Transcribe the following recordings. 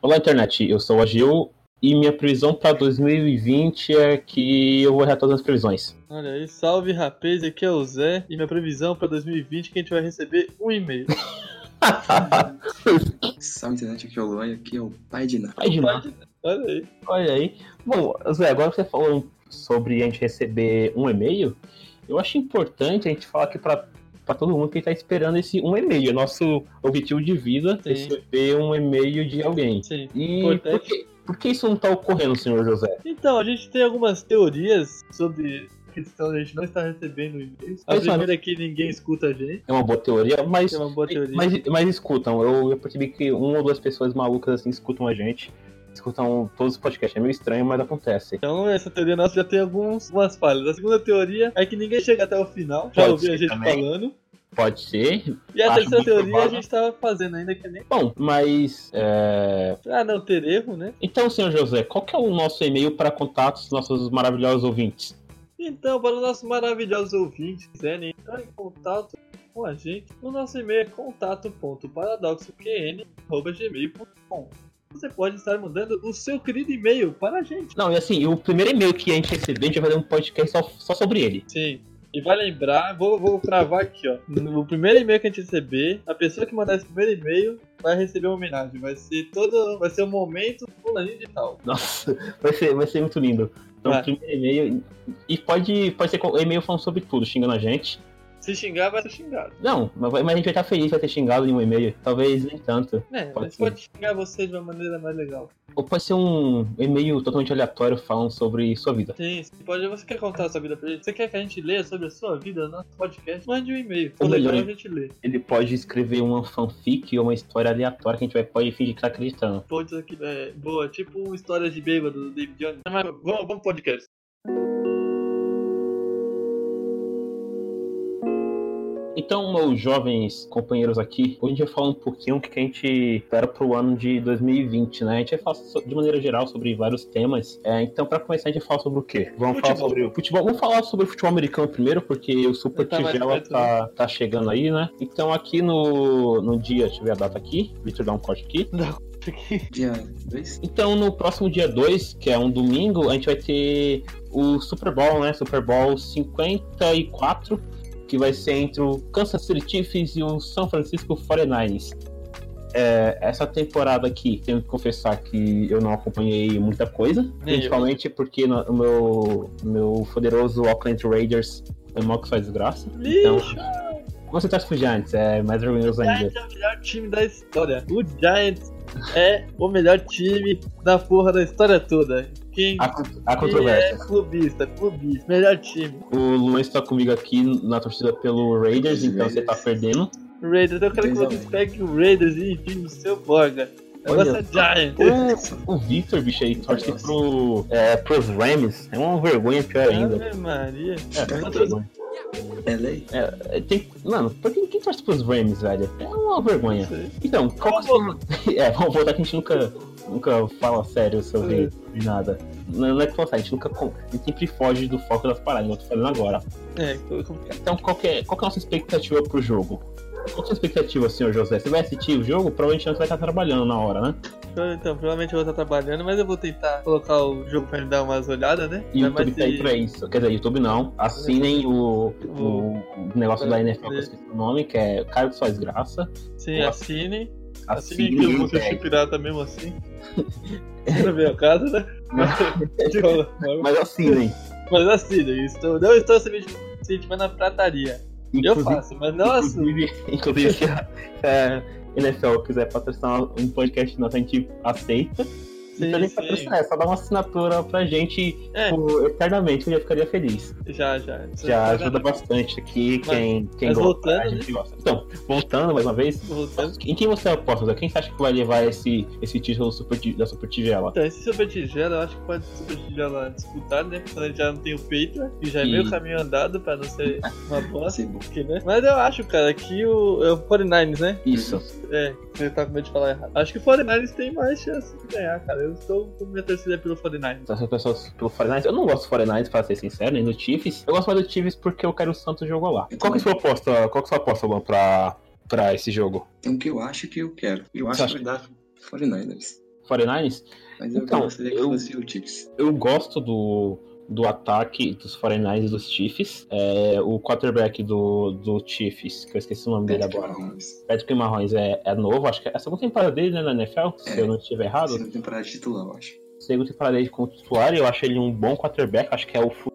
Olá, internet. Eu sou o Agil e minha previsão para 2020 é que eu vou errar todas as previsões. Olha aí, salve rapaz, aqui é o Zé e minha previsão para 2020 é que a gente vai receber um e-mail. Salve internet, aqui é o Luan e aqui é o pai de Ná. Ai, demais. Olha aí. Olha aí. Bom, Zé, agora que você falou sobre a gente receber um e-mail. Eu acho importante a gente falar aqui para para todo mundo que está esperando esse um e-mail. Nosso objetivo de vida é Sim. receber um e-mail de alguém. Sim. E Importante. por que, por que isso não está ocorrendo, senhor José? Então, a gente tem algumas teorias sobre a questão de a gente não estar recebendo e-mails. A Pois é. primeira é que ninguém escuta a gente, É uma boa teoria, mas, que é uma boa teoria. mas, mas escutam. Eu, eu percebi que uma ou duas pessoas malucas assim escutam a gente. Escutam todos os podcasts. É meio estranho, mas acontece. Então, essa teoria nossa já tem alguns, algumas falhas. A segunda teoria é que ninguém chega até o final, já Pode ouviu ser a gente também. falando. Pode ser. E a Acho terceira muito teoria a provável. gente tava fazendo ainda que nem. Bom, mas. é, Ah, não ter erro, né? Então, senhor José, qual que é o nosso e-mail para contatos dos nossos maravilhosos ouvintes? Então, para os nossos maravilhosos ouvintes que quiserem entrar em contato com a gente, o nosso e-mail é contato.paradoxoqn.gmail.com Você pode estar mandando o seu querido e-mail para a gente. Não, e assim, o primeiro e-mail que a gente receber, a gente vai fazer um podcast só, só sobre ele. Sim. E vai lembrar, vou, vou cravar aqui, ó. No primeiro e-mail que a gente receber, a pessoa que mandar esse primeiro e-mail vai receber uma homenagem. Vai ser todo. Vai ser o momento fulaninho de tal. Nossa, vai ser, vai ser muito lindo. Então, Vai. primeiro e-mail. E pode, pode ser com- e-mail falando sobre tudo, xingando a gente. Se xingar, vai ser xingado. Não, mas, vai- mas a gente vai estar feliz vai ter xingado em um e-mail. Talvez nem tanto. É, Pode mas ser. pode xingar você de uma maneira mais legal. Ou pode ser um e-mail totalmente aleatório falando sobre sua vida. Sim, você pode. Você quer contar a sua vida pra gente? Você quer que a gente leia sobre a sua vida no nosso podcast? Mande um e-mail. Ou Ou melhor, legal a gente lê. Ele pode escrever uma fanfic ou uma história aleatória que a gente vai, pode fingir que tá acreditando. Pontos aqui, é, boa, tipo uma história de bêbado do David Jones. É, Mas vamos, vamos pro podcast. Então, meus jovens companheiros aqui, hoje a gente vai falar um pouquinho o que a gente espera pro ano de 2020, né? A gente vai falar so- de maneira geral sobre vários temas. É, então, pra começar, a gente vai falar sobre o quê? Vamos falar Futebol. sobre o futebol. Vamos falar sobre o futebol americano primeiro, porque o Super Tá mais Tigela perto, tá, tá chegando aí, né? Então, aqui no, no dia, deixa eu ver a data aqui, Victor dá um corte aqui. Dia 2? Então, no próximo dia 2, que é um domingo, a gente vai ter o Super Bowl, né? Super Bowl 54, que vai ser entre o Kansas City Chiefs e o São Francisco 49ers. É, essa temporada aqui, tenho que confessar que eu não acompanhei muita coisa, Nem eu. principalmente porque no- o meu, meu poderoso Oakland Raiders é mal que faz desgraça. Então, Lixo! você tá fugiantes, é mais vergonhoso ainda. Giants é o melhor time da história. O Giants é o melhor time da porra da história toda. Quem Há, con- há controvérsias. é clubista, clubista, melhor time. O Luan está comigo aqui na torcida pelo Raiders, então você tá perdendo. Raiders, eu quero que Dois a um. vocês peguem o Raiders e enfim no seu borga. é Eu Olha gosto de Giants. É, É. O, o Victor, bicho, aí torce pro, é, pros Rams. É uma vergonha pior ainda. Ave Maria. É, é uma vergonha. LA? É, tem- mano, por que quem torce pros Rams, velho? É uma vergonha. Então, qual que Vamos você... É, vamos voltar que a gente nunca, nunca fala sério sobre nada. Não não é que fala sério, a gente nunca... con- A gente sempre foge do foco das paradas, igual eu tô falando agora. É, co- co- Então, qual que, é, qual que é a nossa expectativa pro jogo? Qual que é a sua expectativa, senhor José? Você vai assistir o jogo? Provavelmente você vai estar trabalhando na hora, né? então, provavelmente eu vou estar trabalhando, mas eu vou tentar colocar o jogo pra me dar umas olhadas, né? E o Ainda YouTube mais tá aí se- pra isso. Quer dizer, YouTube não. Assinem o, o, o negócio da NFL, que eu esqueci o nome, que é Caio que faz graça. Sim, Boa. assine. Assine que eu Assinem, vou ser velho. pirata mesmo assim. Não veio o caso, né? Mas, de qual forma, Mas assinem. mas assine, estou, não estou sentindo na prataria. Eu Inclusive- faço, mas não assumo. Inclusive, inclusive, se a, é, se a NFL quiser patrocinar um podcast nosso, a gente aceita. Sim, então nem sim. patrocinar, é só dar uma assinatura pra gente É. tipo, eternamente, eu já ficaria feliz. Já, já. Isso já é ajuda bastante aqui Mas- quem, quem mas gosta. voltando, né? a gente gosta. Então, voltando mais uma vez, Voltando. em quem você aposta? Zé? Quem você acha que vai levar esse, esse título do super, Ti- da Super Tigela? Então, esse super tigela, eu acho que pode super tigela disputar, né? Porque ele já não tem o peito, que já é E- meio caminho andado pra não ser uma bosta. Sei bom. aqui, né? Mas eu acho, cara, que o. É o 49ers, né? Isso. É, você tá com medo de falar errado. Acho que o 49ers tem mais chance de ganhar, cara. Eu estou com minha torcida pelo 49ers. Então, Essas pessoas pelo 49 Eu não gosto do 49 pra ser sincero, nem do Chiefs. Eu gosto mais do Chiefs porque o Caio Santos jogou lá. Eu Qual que é a também. sua aposta, qual que é a sua aposta, Luan, pra, pra esse jogo? Tem o que eu acho que eu quero. Eu Você acho que acha- vai dar 49ers. 49ers, Mas eu Então, gostaria que eu- fosse o Chiefs. eu gosto do, do ataque dos 49ers e dos Chiefs. É, o quarterback do, do Chiefs, que eu esqueci o nome dele Patrick agora. Tipo, Mahomes. Patrick Mahomes é, é novo, acho que é a segunda temporada dele né, na NFL, se É. eu não estiver errado. Segunda temporada de titular, eu acho. Segunda temporada dele como titular, eu acho ele um bom quarterback, acho que é o futuro.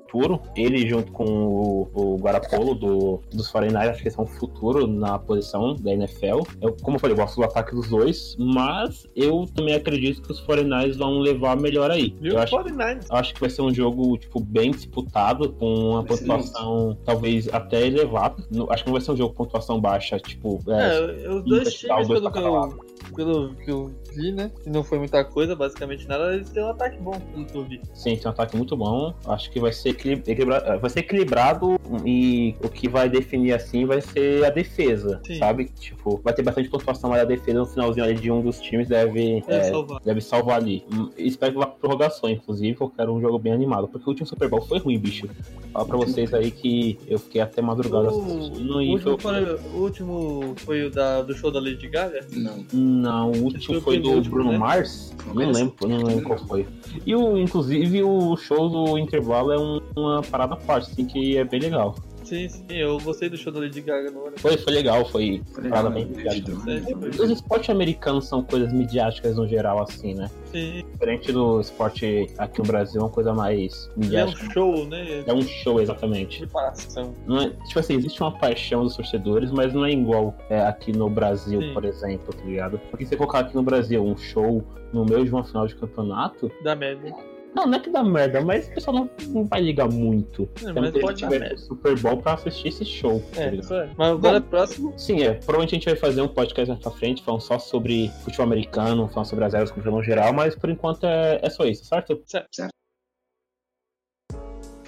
Ele junto com o, o Guarapolo do, dos 49ers, acho que são o futuro na posição da NFL. Eu, como eu falei, eu gosto do ataque dos dois, mas eu também acredito que os 49ers vão levar melhor aí. Viu? Eu acho 49ers. eu acho que vai ser um jogo, tipo, bem disputado, com uma Vai ser pontuação talvez até elevada. Não- acho que não vai ser um jogo com pontuação baixa, tipo. É, É, os Sim, vai dois tirar times, os dois pelo que, pra eu, pelo que eu vi, né? Que não foi muita coisa, basicamente nada, eles têm um ataque bom, pelo que eu vi. sim, tem um ataque muito bom. Acho que vai ser, equili- equilibra- eh, vai ser equilibrado e o que vai definir assim vai ser a defesa, Sim. sabe? Tipo, vai ter bastante pontuação, mas a defesa no finalzinho ali de um dos times deve. É, é, salvar. Deve salvar ali. Hum, Espero que vá pra prorrogação, inclusive. Eu quero um jogo bem animado. Porque o último Super Bowl foi ruim, bicho. Fala pra vocês aí que eu fiquei até madrugada O- assistindo O e foi último, foi, o último foi o da, do show da Lady Gaga? Não. Não, o Acho que foi último o foi do penúltimo, Bruno né? Mars. Foi Não esse? lembro, não lembro qual foi. E o, inclusive o show do intervalo é um- uma parada à parte, assim, que é bem legal. Sim, sim, eu gostei do show da Lady Gaga no ano. Foi, foi legal, foi. Foi legal, Parabéns, né? obrigado. Divertidão, Sim, Os esportes americanos são coisas midiáticas no geral, assim, né? Sim, Diferente do esporte aqui no Brasil, é uma coisa mais e é um midiática. show, né? É um show, exatamente. Preparação. Não é- tipo assim, existe uma paixão dos torcedores, mas não é igual é, aqui no Brasil, Sim. por exemplo, tá ligado? Porque se você colocar aqui no Brasil um show no meio de uma final de campeonato, Da merda. Não, não é que dá merda, mas o pessoal não, não vai ligar muito. É, Então, mas tem pode que dar ver merda. o Super Bowl pra assistir esse show. tá É, ligado? isso é. Mas agora próximo. Sim, é. Provavelmente a gente vai fazer um podcast mais pra frente, falando só sobre futebol americano, falando sobre as regras do futebol no geral, mas por enquanto é, é só isso, certo? Certo. Certo.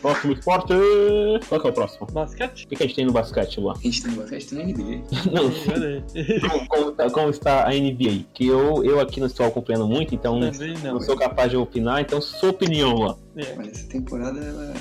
Próximo esporte! Qual que é o próximo? Basquete? O que que a gente tem no basquete, Luan? A gente tá tem uma festa na NBA. Não, Pera aí. como, como tá- como está a NBA? Que eu, eu aqui não estou acompanhando muito, então não, Também não. sou capaz de opinar, então sua opinião, Luan. É. Olha, essa temporada ela,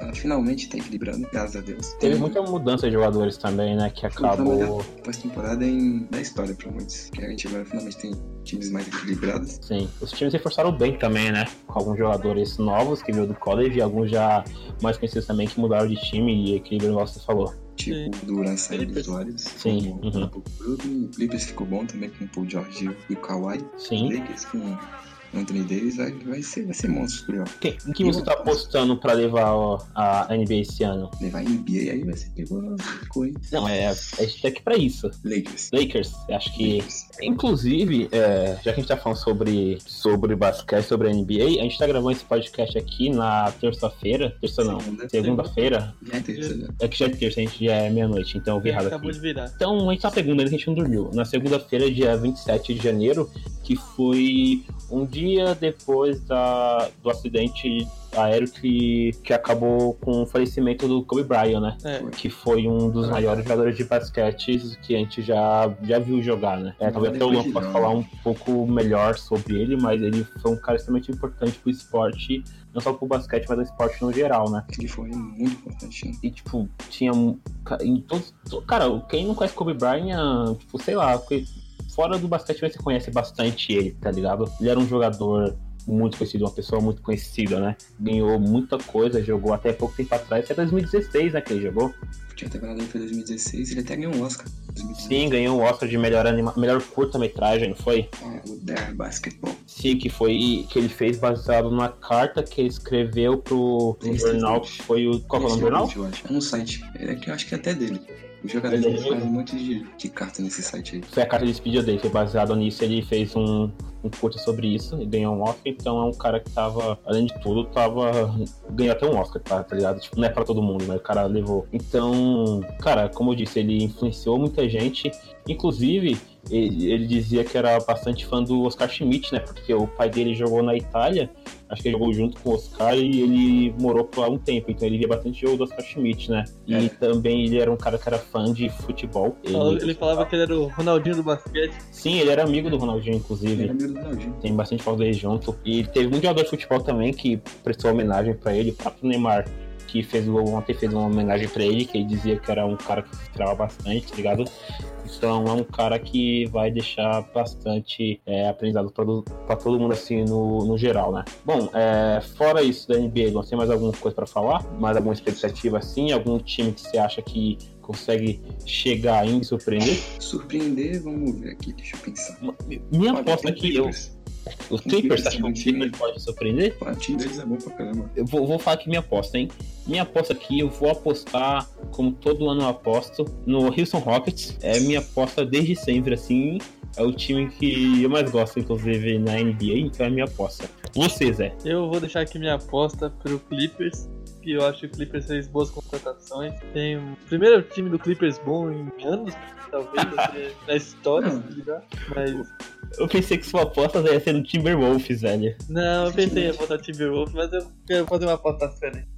ela finalmente tá equilibrando, graças a Deus. Teve Tem- muita mudança de jogadores também, né? Que Foi- foi melhor. acabou. pós-temporada em da história pra muitos. Que a gente agora finalmente tem times mais equilibrados. Sim, os times reforçaram bem também, né? Com alguns jogadores novos que veio do college e alguns já mais conhecidos também que mudaram de time e equilíbrio igual você falou. Sim. Tipo, o Duran saiu Clippers. dos Warriors. Sim, como uhum. O Brooklyn, o Clippers ficou bom também com o Paul George e o Kawhi. O Sim. Lakers com o Anthony Davis vai, vai, ser, vai ser monstro, pro playoff. Quem, em quem você tá apostando pra levar ó, a NBA esse ano? Levar a NBA aí vai ser pegou hein? Não, é. A gente tá aqui pra isso. Lakers. Lakers, eu acho que. Lakers. Inclusive, é, já que a gente tá falando sobre, sobre basquete, sobre NBA, a gente tá gravando esse podcast aqui na terça-feira. Terça não. Segunda. Segunda-feira. Já é terça já. É que já é terça, a gente já é meia-noite, então eu vi errado aqui. Acabou de virar. Então, a gente tá segunda, ainda que a gente não dormiu. Na segunda-feira, dia 27 de janeiro, que foi um dia depois da, do acidente aéreo que, que acabou com o falecimento do Kobe Bryant, né? É. Que foi um dos maiores jogadores de basquete que a gente já, já viu jogar, né? É, talvez até o Luan possa falar um pouco melhor sobre ele, mas ele foi um cara extremamente importante pro esporte, não só pro basquete, mas pro esporte no geral, né? Ele foi muito importante. né? E, tipo, tinha. um- ca- Em todos, to- cara, quem não conhece Kobe Bryant, tipo, sei lá, porque fora do basquete você conhece bastante ele, tá ligado? Ele era um jogador muito conhecido, uma pessoa muito conhecida, né? Ganhou muita coisa, jogou até pouco tempo atrás, até 2016, né? Que ele jogou. Tinha temporada dele foi 2016, ele até ganhou um Oscar. 2016. Sim, ganhou o Oscar de melhor, anima... melhor curta-metragem, não foi? É, o Dare Basketball. Sim, que foi que ele fez baseado numa carta que ele escreveu pro, pro Sim, sim, jornal, sim. que foi o. Qual que é o nome Esse do jornal? Eu acho. É um site. É que eu acho que é até dele. Os jogadores Ele é fazem um monte de, de carta nesse site aí. foi a carta de despedida dele, foi baseado nisso, ele fez um, um curta sobre isso, ele ganhou um Oscar, então é um cara que tava, além de tudo, tava. ganhou até um Oscar, tá, tá ligado? Tipo, não é pra todo mundo, né? O cara levou. Então, cara, como eu disse, ele influenciou muita gente, inclusive. Ele, ele dizia que era bastante fã do Oscar Schmidt, né? Porque o pai dele jogou na Itália, acho que ele jogou junto com o Oscar e ele morou por lá um tempo, então ele via bastante jogo do Oscar Schmidt, né? E É. também ele era um cara que era fã de futebol. Falou- Ele falava que ele era o Ronaldinho do basquete. Sim, ele era amigo do Ronaldinho, Ele inclusive. era amigo do Ronaldinho. Tem bastante foto dele junto. E teve muito jogador de futebol também que prestou homenagem pra ele, o próprio Neymar, que fez o ontem fez uma homenagem pra ele, que ele dizia que era um cara que se inspirava bastante, tá ligado? Então é um cara que vai deixar bastante é, aprendizado para todo mundo assim no, no geral, né? Bom, é, fora isso da NBA, não tem mais alguma coisa para falar? Mais alguma expectativa assim? Algum time que você acha que consegue chegar aí e surpreender? Surpreender, vamos ver aqui, deixa eu pensar. Minha Olha, aposta é tem que eu, Clippers. o Clippers Clippers acha que é o um time- Clippers pode surpreender? O time deles é bom pra caramba. Eu vou, vou falar aqui minha aposta, hein? Minha aposta aqui, eu vou apostar, como todo ano eu aposto, no Houston Rockets. É minha aposta desde sempre, assim. É o time que eu mais gosto, inclusive, na NBA, então é minha aposta. Você, Zé. Eu vou deixar aqui minha aposta pro Clippers, que eu acho que o Clippers fez boas contratações. Tem o primeiro time do Clippers bom em anos, talvez, assim, na história, se duvidar. Mas, Eu pensei que sua aposta ia ser no Timberwolves, velho. não, eu pensei em apostar Timberwolves, mas eu quero fazer uma aposta séria.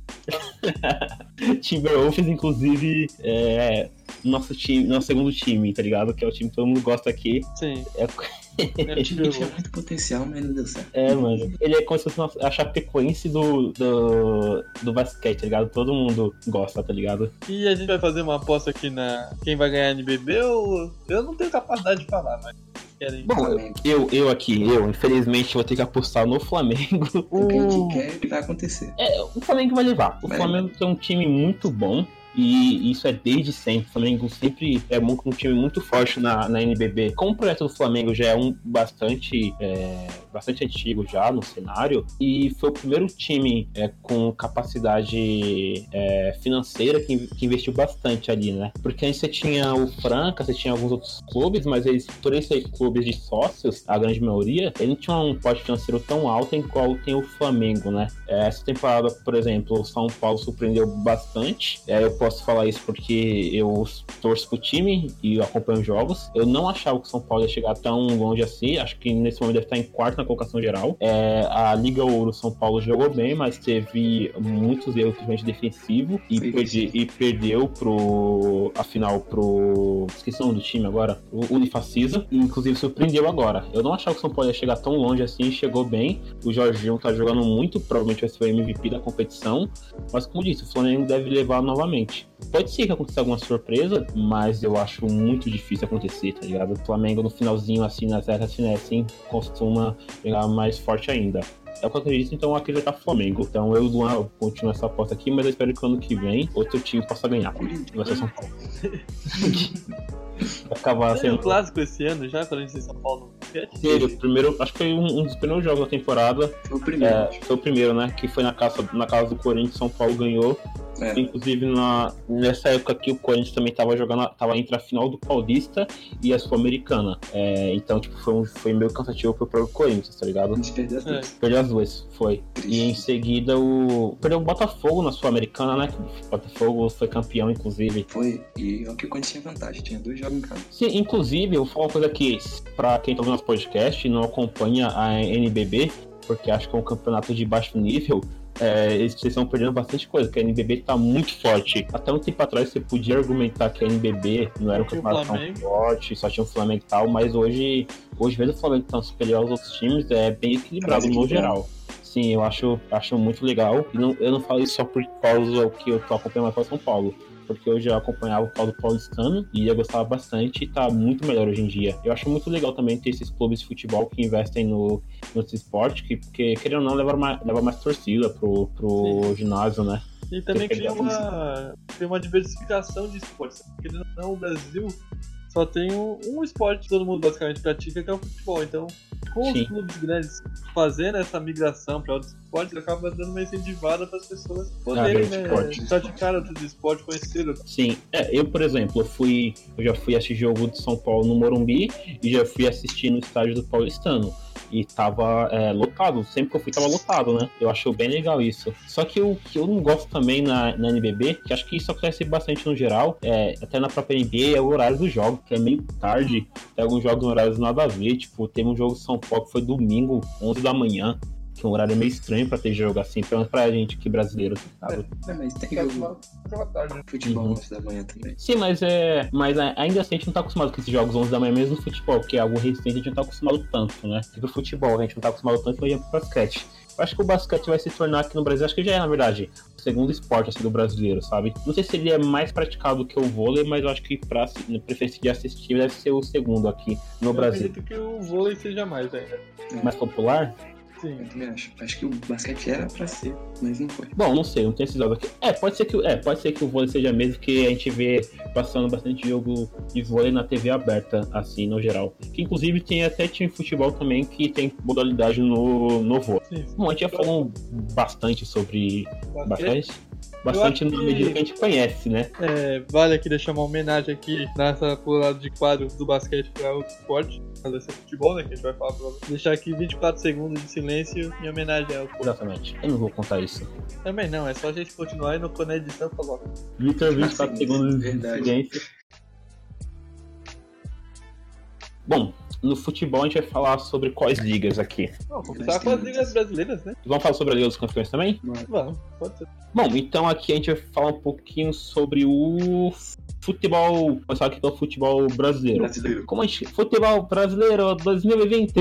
Timberwolves, inclusive, é nosso time, nosso segundo time, tá ligado? Que é o time que todo mundo gosta aqui. Sim, É, é o O time tinha Timberwolves. muito potencial, mas não deu certo. é, mano. Ele é como se fosse nosso- a Chapecoense do, do, do basquete, tá ligado? Todo mundo gosta, tá ligado? E a gente vai fazer uma aposta aqui na quem vai ganhar NBB ou... Eu não tenho capacidade de falar, mas... Querem. Bom, Flamengo. Eu, eu aqui, eu, infelizmente, vou ter que apostar no Flamengo. O que a O- gente quer que vai acontecer. É, o Flamengo vai levar. O Vai. Flamengo tem um time muito bom. E isso é desde sempre. O Flamengo sempre é mu- um time muito forte na, na NBB. Como o projeto do Flamengo já é um bastante, é, bastante antigo já no cenário, e foi o primeiro time é, com capacidade é, financeira que, in- que investiu bastante ali, né? Porque antes você tinha o Franca, você tinha alguns outros clubes, mas eles, por eles serem clubes de sócios, a grande maioria, eles não tinham um pote financeiro tão alto em qual tem o Flamengo, né? Essa temporada, por exemplo, o São Paulo surpreendeu bastante. É, eu posso falar isso porque eu torço pro time e eu acompanho os jogos. Eu não achava que o São Paulo ia chegar tão longe assim. Acho que nesse momento deve estar em quarto na colocação geral. É, a Liga Ouro, o São Paulo jogou bem, mas teve muitos erros principalmente defensivo e, Sim. perdi- e perdeu pro. Afinal, pro. Esqueci o nome do time agora. O Unifacisa. Inclusive surpreendeu agora. Eu não achava que o São Paulo ia chegar tão longe assim. Chegou bem. O Jorginho tá jogando muito, provavelmente vai ser o MVP da competição. Mas como eu disse, o Flamengo deve levar novamente. Pode ser que aconteça alguma surpresa, mas eu acho muito difícil acontecer, tá ligado? O Flamengo no finalzinho, assim, nas retas finais, assim, costuma pegar mais forte ainda. É o que eu acredito, então eu acredito no Flamengo. Então eu, Luan, eu continuo essa aposta aqui, mas eu espero que ano que vem outro time possa ganhar. E Vai ser São Paulo. Acabar Tem um sendo clássico esse ano já, pra gente em São Paulo. no basquete? terceiro, primeiro, acho que foi um, um dos primeiros jogos da temporada. Foi o primeiro. É, foi o primeiro, né? Que foi na casa, na casa do Corinthians, São Paulo ganhou. É. Inclusive, na, nessa época aqui, o Corinthians também tava jogando, tava entre a final do Paulista e a Sul-Americana. É, então, tipo, foi, um- foi meio cansativo pro próprio Corinthians, tá A ligado? gente perdeu as É. duas. Perdeu as duas, foi. E é em Triste. seguida, o. Perdeu o Botafogo na Sul-Americana, né? O Botafogo foi campeão, inclusive. Foi. E olha que o Corinthians tinha vantagem. Tinha dois jogos em casa. Sim, inclusive, eu vou falar uma coisa aqui pra quem tá ouvindo nosso podcast e não acompanha a NBB, porque acho que é um campeonato de baixo nível. É, eles vocês estão perdendo bastante coisa, que a NBB tá muito forte. Até um tempo atrás você podia argumentar que a NBB não era um Só tinha o campeonato tão Flamengo. forte, só tinha o Flamengo e tal, mas hoje, hoje mesmo o Flamengo tão tá superior aos outros times, é bem equilibrado Parece no que é. geral. Sim, eu acho, acho muito legal. E não- eu não falo isso só por causa que eu tô acompanhando mais o São Paulo porque eu já acompanhava o tal do paulistano e eu gostava bastante e tá muito melhor hoje em dia. Eu acho muito legal também ter esses clubes de futebol que investem no, nesse esporte, que, porque querendo ou não, leva mais, leva mais torcida pro, pro ginásio, né? E também Tem que cria pegar uma, tem uma diversificação de esportes. Querendo ou não, o Brasil só tem um, um esporte que todo mundo basicamente pratica, que é o futebol. Então, com Sim. os clubes grandes fazendo essa migração para outros esportes, acaba dando uma incentivada para as pessoas poderem outros né, Ah, esportes. praticar outros esportes, conhecer outros. Sim, é, eu, por exemplo, eu fui, eu já fui assistir jogo de São Paulo no Morumbi e já fui assistir no estádio do Paulistano. E tava é, lotado, sempre que eu fui tava lotado, né? Eu acho bem legal isso. Só que o que eu não gosto também na, na NBB, que acho que isso acontece bastante no geral, é, até na própria NBA, é o horário do jogo, que é meio tarde. Tem alguns jogos em horários nada a ver, tipo, teve um jogo de São Paulo que foi domingo, 11 da manhã, que é um horário meio estranho pra ter jogo assim, pelo menos pra gente que brasileiro, sabe? É, mas tem Uhum. jogo de futebol Uhum. 11 da manhã também. Sim, mas é. Mas a- ainda assim a gente não tá acostumado com esses jogos 11 da manhã, mesmo no futebol, que é algo recente, a gente não tá acostumado tanto, né? Porque o futebol a gente não tá acostumado tanto, mas é pro basquete. Eu acho que o basquete vai se tornar aqui no Brasil, acho que já é, na verdade. O segundo esporte assim, do brasileiro, sabe? Não sei se ele é mais praticado que o vôlei, mas eu acho que pra se- preferência de assistir deve ser o segundo aqui no Eu Brasil. acredito que o vôlei seja mais ainda. Mais popular? Sim. Eu também acho. Acho que o basquete era pra ser, mas não foi. Bom, não sei, não tenho esse dado aqui. É, pode ser que, o- é, pode ser que o vôlei seja mesmo, que a gente vê passando bastante jogo de vôlei na TV aberta, assim, no geral. Que inclusive tem até time de futebol também que tem modalidade no, no vôlei. Sim, É, sim. Bom, a gente já falou bastante sobre Basquete. basquete. Bastante Eu na acho que- medida que a gente conhece, né? É, vale aqui deixar uma homenagem aqui nessa pro lado de quadro do basquete para o esporte, mas vai ser futebol, né? Que a gente vai falar pra Deixar aqui 24 segundos de silêncio em homenagem ao esporte. Exatamente. Eu não vou contar isso. Também não, é só a gente continuar e no quando a edição coloca. Vitor, 24 Sim, segundos de verdade. silêncio. Bom, no futebol a gente vai falar sobre quais ligas aqui. Não, vou começar com as ligas brasileiras, né? Vamos falar sobre a Liga dos Campeões também? Vamos, pode ser. Bom, então aqui a gente vai falar um pouquinho sobre o futebol. Começar aqui pelo futebol brasileiro. Brasileiro. Como a gente. Futebol brasileiro 2020!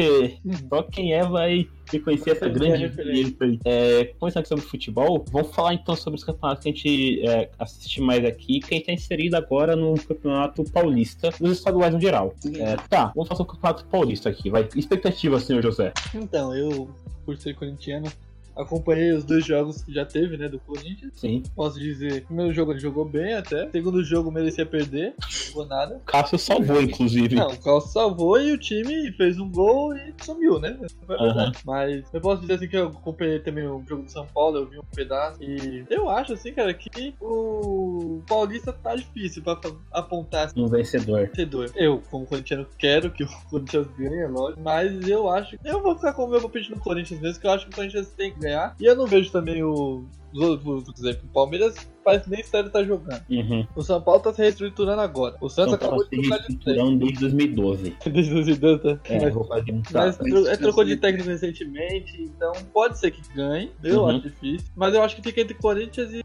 Só quem é vai reconhecer essa Essa é grande a Hum. referência. vinheta aí. É, começando aqui sobre futebol, vamos falar então sobre os campeonatos que a gente é, assiste mais aqui, quem está tá inserido agora no campeonato paulista, nos estaduais no geral. É, tá, vamos falar sobre o campeonato paulista aqui, vai. Expectativa, senhor José. Então, eu, por ser corintiano, acompanhei os dois jogos que já teve, né? Do Corinthians. Sim. Posso dizer, primeiro jogo ele jogou bem até. Segundo jogo merecia perder, não jogou nada. Cássio salvou, inclusive. Não, o Klaus salvou e o time fez um gol e sumiu, né? Foi Aham. verdade. Mas eu posso dizer assim que eu acompanhei também o jogo do São Paulo, eu vi um pedaço. E eu acho assim, cara, que o Paulista tá difícil pra pra apontar esse Um vencedor. vencedor. Eu, como corintiano, quero que o Corinthians ganhe, é lógico. Mas eu acho. Eu vou ficar com o meu palpite no Corinthians mesmo, que eu acho que o Corinthians tem que ganhar. E eu não vejo também o. Os outros, por exemplo, o Palmeiras parece nem sério tá jogando. Uhum. O São Paulo tá se reestruturando agora. O Santos Então, acabou tava se de trocar de técnico. reestruturando desde 2012. Desde os idosos, tá? É, vou fazer um tá. Mas tro- é, trocou de técnico recentemente, então pode ser que ganhe. Eu Uhum. acho difícil. Mas eu acho que fica entre Corinthians e.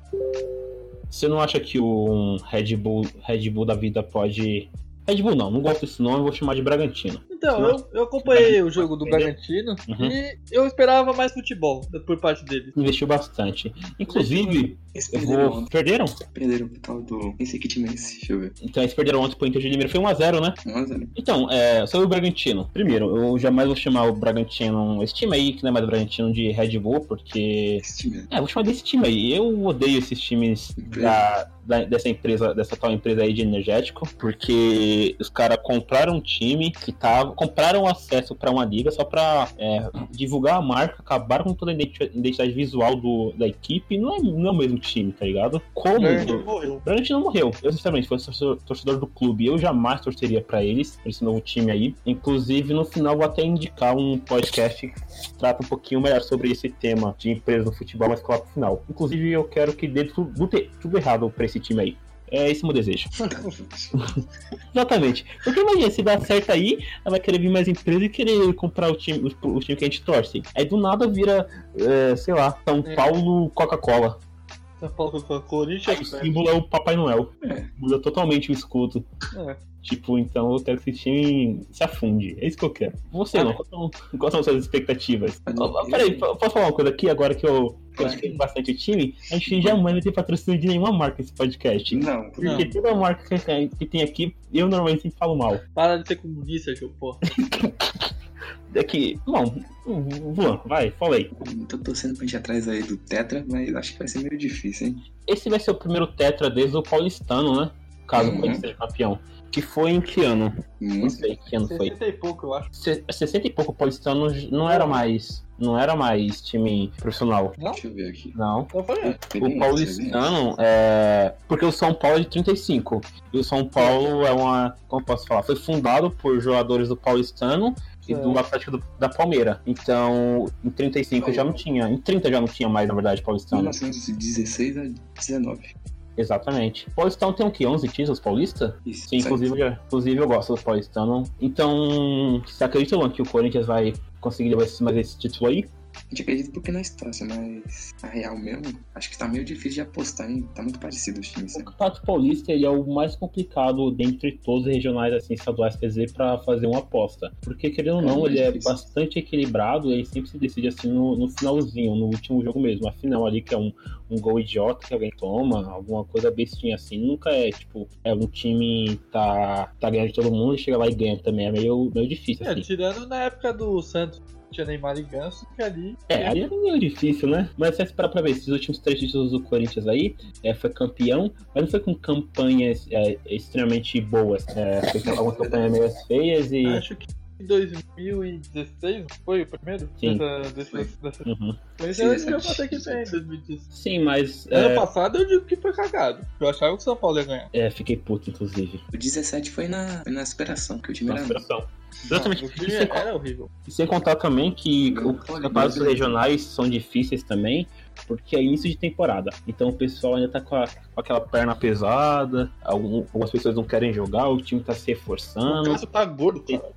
Você não acha que um Red Bull, Red Bull da vida pode. Red Bull não, não gosto desse nome, eu vou chamar de Bragantino. Então, Nossa. eu, eu acompanhei o jogo do Bragantino Uhum. e eu esperava mais futebol por parte deles. Investiu bastante. Inclusive, Eles eu perderam vou. ontem. Perderam? Perderam o tal do. Nem sei que time é esse, deixa eu ver. Então eles perderam ontem pro Inter de Limeira. Foi 1x0, né? 1 a 0 Então, é, sobre o Bragantino. Primeiro, eu jamais vou chamar o Bragantino, esse time aí, que não é mais Bragantino, de Red Bull, porque. Esse time é. É, vou chamar desse time aí. Eu odeio esses times da, da- dessa empresa, dessa tal empresa aí de energético, porque os caras compraram um time que tava. Compraram acesso pra uma liga só pra é, divulgar a marca, acabaram com toda a identi- identidade visual do, da equipe. Não é, não é o mesmo time, tá ligado? Como. Bragantino Né? morreu. O Bragantino morreu. Eu, sinceramente, fosse torcedor, torcedor do clube, eu jamais torceria pra eles, pra esse novo time aí. Inclusive, no final, vou até indicar um podcast que trata um pouquinho melhor sobre esse tema de empresa no futebol, mas claro, pro final. Inclusive, eu quero que dê tudo, tudo- tudo errado pra esse time aí. É esse o meu desejo. tá, Exatamente. Porque imagina, se dá certo aí, ela vai querer vir mais empresa e querer comprar o time, o, o time que a gente torce. Aí do nada vira, é, sei lá, São É. Paulo Coca-Cola. São Paulo com a Aí o Corinthians. né? símbolo é o Papai Noel. É. Muda totalmente o escudo. É. Tipo, então eu quero que esse time se afunde. É isso que eu quero. Você, Ah, não. Quais são, quais são suas expectativas? Ah, Ó, eu- Peraí, po- posso falar uma coisa aqui? Agora que eu Claro. critiquei bastante o time, a gente jamais vai ter patrocínio de nenhuma marca esse podcast. Não, Não. Porque toda marca que- que tem aqui, eu normalmente sempre falo mal. né? Para de ser comunista, Gil, pô. É que, bom, Luan, vai, fala aí. não tô torcendo pra gente ir atrás aí do Tetra, mas acho que vai ser meio difícil, hein? Esse vai ser o primeiro tetra desde o paulistano, né? Caso Uhum. o Corinthians seja campeão. Que foi em que ano? Não Muito. sei que ano foi. 60 e pouco, eu acho. Se- 60 e pouco o paulistano não era mais. Não era mais time profissional. Não? Deixa eu ver aqui. Ah, um Não. Então foi antes. O paulistano é. Porque o São Paulo é de 35. E o São Paulo é uma. Como eu posso falar? Foi fundado por jogadores do paulistano e Certo. do Atlético do- da Palmeira. Então, em 35 já não tinha. Em 30 já não tinha mais, na verdade, paulistano. 1916 a 19. Exatamente. Paulistano tem o quê? 11 títulos paulista? Isso. Sim, inclusive, eu- inclusive eu gosto do paulistano. Então, você acredita, Luan, que o Corinthians vai conseguir levar esse- mais esse título aí? A gente acredita porque não está, mas a real mesmo, acho que tá meio difícil de apostar, hein? Tá muito parecido os times, O sabe? Campeonato Paulista ele é o mais complicado dentre todos os regionais assim, estaduais, quer dizer, para fazer uma aposta. Porque, querendo ou É não, muito ele é difícil. bastante equilibrado e ele sempre se decide assim no, no finalzinho, no último jogo mesmo. A final ali, que é um, um gol idiota que alguém toma, alguma coisa bestinha assim. Nunca é, tipo, é um time tá, tá ganhando de todo mundo e chega lá e ganha também. É meio, meio difícil, É, assim. tirando na época do Santos, tinha Neymar e Ganso, que ali. É, aí é meio difícil, né? Mas se você parar pra ver, esses últimos três títulos do Corinthians aí, é, foi campeão, mas não foi com campanhas é, extremamente boas. É, foi com algumas campanhas meio feias e. Acho que em 2016 foi o primeiro? Sim. Dessa, desse, dessa... Uhum. Mas Sim, eu essa- já falei que né? tem em 2016. Sim, mas. Ano É, passado eu digo que foi cagado. Eu achava que o São Paulo ia ganhar. é, fiquei puto, inclusive. O 17 foi na, foi na superação, que o time Na era. superação. Exatamente. Ah, o time Isso é co- era horrível. E sem contar também que Não, os olha, campeonatos mas- regionais são difíceis também, porque é início de temporada. Então o pessoal ainda tá com, a- com aquela perna pesada, algum- algumas pessoas não querem jogar, o time tá se O reforçando. Cássio tá gordo, cara.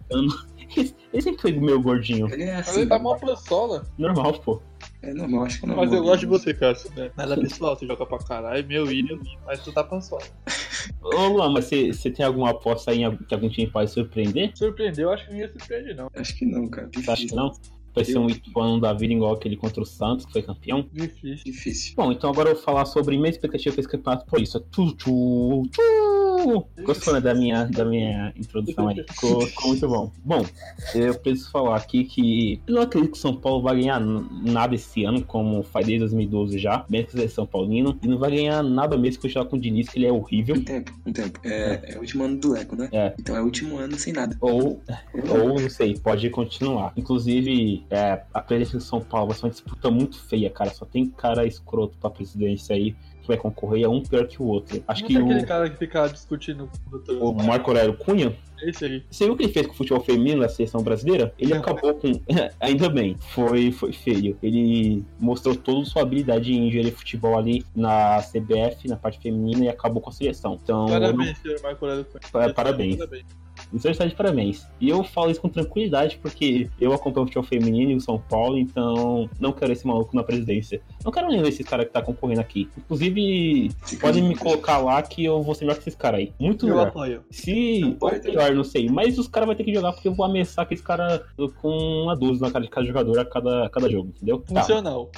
Ele sempre foi meio gordinho. Ele é Mas assim. ele tá mal pansola. Normal, pô. É normal, acho que é normal. Mas eu gosto de você, Cássio. Né? Nada pessoal, você joga pra caralho, meu William, mas tu tá pansola. Ô, Luan, mas você você tem alguma aposta aí em algum- que algum time pode surpreender? Surpreendeu, acho que ninguém surpreende, não. Acho que não, cara. Você Difícil. acha que não? Vai ser um Ituano da vida igual aquele contra o Santos, que foi campeão? Difícil. Difícil. Bom, então agora eu vou falar sobre minha expectativa para esse campeonato paulista. Tu, tu, tu. Gostou, né, da minha, da minha introdução aí? Ficou, ficou muito bom. Bom, eu preciso falar aqui que eu não acredito que São Paulo vai ganhar n- nada esse ano, como faz desde 2012 já, mesmo que seja São Paulino, e não vai ganhar nada mesmo que continuar com o Diniz, que ele é horrível. Um tempo, um tempo. É, é o último ano do Eco, né? É. Então é o último ano sem nada. Ou Ou, não sei, pode continuar. Inclusive, é, a presidência de São Paulo vai ser uma disputa muito feia, cara. Só tem cara escroto pra presidência aí que vai concorrer, é um pior que o outro. Acho não que tem aquele o, cara que fica discutindo com o doutor. o Marco Aurélio Cunha, Esse aí. você viu o que ele fez com o futebol feminino na seleção brasileira? Ele Não. acabou com. Ainda bem, foi, foi feio. Ele mostrou toda a sua habilidade em gerir futebol ali na CBF, na parte feminina, e acabou com a seleção. Então, eu não- Parabéns, senhor Marco Aurélio Cunha. Pa- É, parabéns. Isso está de parabéns. E eu falo isso com tranquilidade porque eu acompanho o futebol feminino e o São Paulo, então não quero esse maluco na presidência. Não quero nenhum desses caras que tá concorrendo aqui. Inclusive, podem me colocar lá que eu vou ser melhor que esses caras aí. Muito Eu melhor. apoio. Se. Não pode. né? Ou pior, não sei. Mas os caras vão ter que jogar porque eu vou ameaçar aqueles caras com uma 12 na cara de cada jogador a cada, cada jogo, entendeu? Tá. Funcional.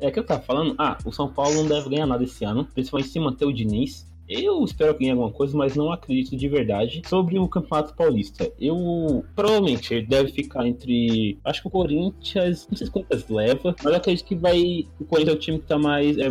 É que eu tava falando, ah, o São Paulo não deve ganhar nada esse ano, principalmente se manter o Diniz. Eu espero que ganhe alguma coisa, mas não acredito de verdade. Sobre o Campeonato Paulista, eu provavelmente ele deve ficar entre. Acho que o Corinthians, não sei quantas leva, mas eu acredito que vai. O Corinthians é o time que tá mais é,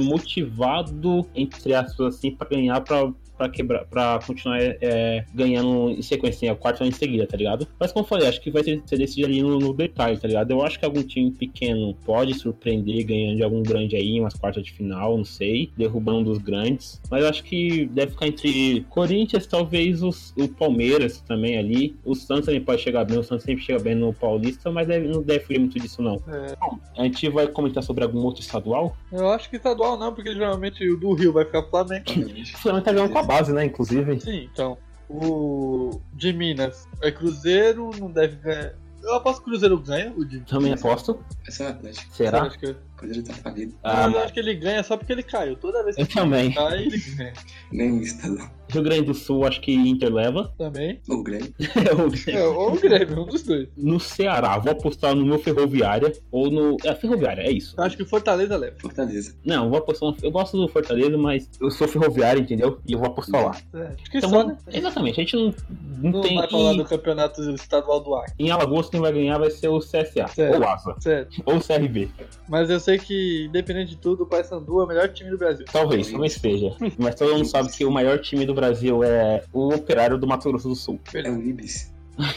motivado, entre aspas, assim, pra ganhar, pra, pra quebrar, pra continuar é, ganhando em sequência, assim, é o quarto ano em seguida, tá ligado? Mas como eu falei, acho que vai ser, ser decidido ali no, no detalhe, tá ligado? Eu acho que algum time pequeno pode surpreender ganhando de algum grande aí, umas quartas de final, não sei, derrubando um dos grandes. Mas eu acho que deve ficar entre Corinthians, talvez os- o Palmeiras também ali. O Santos também pode chegar bem, o Santos sempre chega bem no Paulista, mas deve- não deve fugir muito disso, não. É. Bom, a gente vai comentar sobre algum outro estadual? Eu acho que estadual não, porque geralmente o do Rio vai ficar Flamengo. O Flamengo tá jogando com a base, né, inclusive. Sim, então. O de Minas é Cruzeiro, não deve ganhar. Eu aposto que o Cruzeiro ganha, o de Minas. Também aposto. Essa é o Atlético. Será? Acho que... O Cruzeiro tá falido. Ah, Mas eu acho que ele ganha só porque ele caiu. Toda vez que eu também. ele cai, ele ganha. Nem o Estadão. Rio Grande do Sul, acho que Inter leva. Também. Ou o Grêmio. É, ou o Grêmio, um dos dois. no Ceará, vou apostar no meu Ferroviária ou no. É, Ferroviária, é isso. Eu acho que o Fortaleza leva. Fortaleza. Não, vou apostar. no- Eu gosto do Fortaleza, mas eu sou Ferroviária, entendeu? E eu vou apostar lá. É, acho que Então, só, né? vamos- Exatamente, a gente não, não, Não tem. vai falar e do campeonato estadual do Acre, Em Alagoas, quem vai ganhar vai ser o CSA, Certo. ou Asa, certo? ou o CRB. Mas eu sei que, independente de tudo, o Paysandu é o melhor time do Brasil. Talvez, talvez seja. Mas todo mundo sabe que o maior time do Brasil é o Operário do Mato Grosso do Sul, É o Ibis.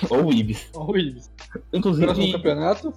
ou o Ibis. Ó, O Ibis. Próximo Inclusive, campeonato,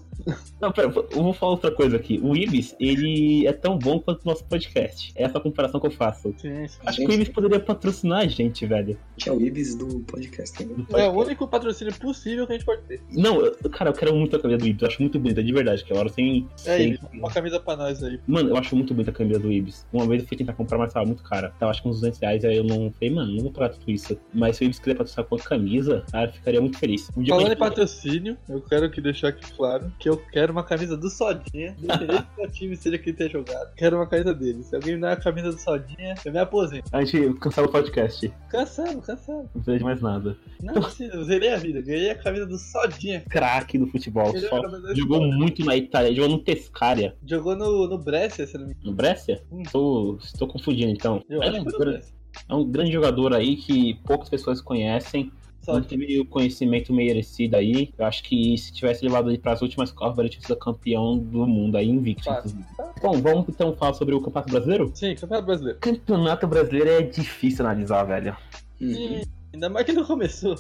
Não, pera, eu vou falar outra coisa aqui. O Ibis, ele é tão bom quanto o nosso podcast. É essa a comparação que eu faço. sim, sim. Acho que o Ibis poderia patrocinar a gente, velho. Que é o Ibis do podcast. Né? do É o podcast. único patrocínio possível que a gente pode ter. Não, eu- cara, eu quero muito a camisa do Ibis. Eu acho muito bonita, de verdade. Que hora sem. É sem... Ibis, uma camisa pra nós aí. Mano, eu acho muito bonita a camisa do Ibis. Uma vez eu fui tentar comprar, mas tava muito cara. Tava acho que uns 200 reais. Aí eu não falei, mano, não vou pagar tudo isso. Mas se o Ibis quiser patrocinar com outra camisa, cara, ficaria muito muito feliz. Um dia Falando eu- em patrocínio, eu quero que deixar aqui claro que eu quero uma camisa do Sodinha, independente do qual time seja quem tenha jogado. Quero uma camisa dele. Se alguém me dar a camisa do Sodinha, eu me aposento. A gente cancela o podcast. Cansado, cansado. Não precisa de mais nada. Não precisa, zerei a vida. Ganhei a camisa do Sodinha. Craque do futebol. Ele é Só jogador de jogou bola. muito na Itália. Jogou no Tescária. Jogou no, no Brescia, se não me engano. No Brescia? Hum. Tô, estou confundindo então. Eu Ele acho é um que foi no gran- Brescia. é um grande jogador aí que poucas pessoas conhecem. Não Sodinha. teve o conhecimento merecido aí. Eu acho que se tivesse levado ele para as últimas Copas, ele tinha sido campeão do mundo aí, invicto. Fácil. inclusive. Bom, vamos então falar sobre o Campeonato Brasileiro? Sim, Campeonato Brasileiro. Campeonato Brasileiro é difícil analisar, velho. Uhum. Ih, Ainda mais que não começou.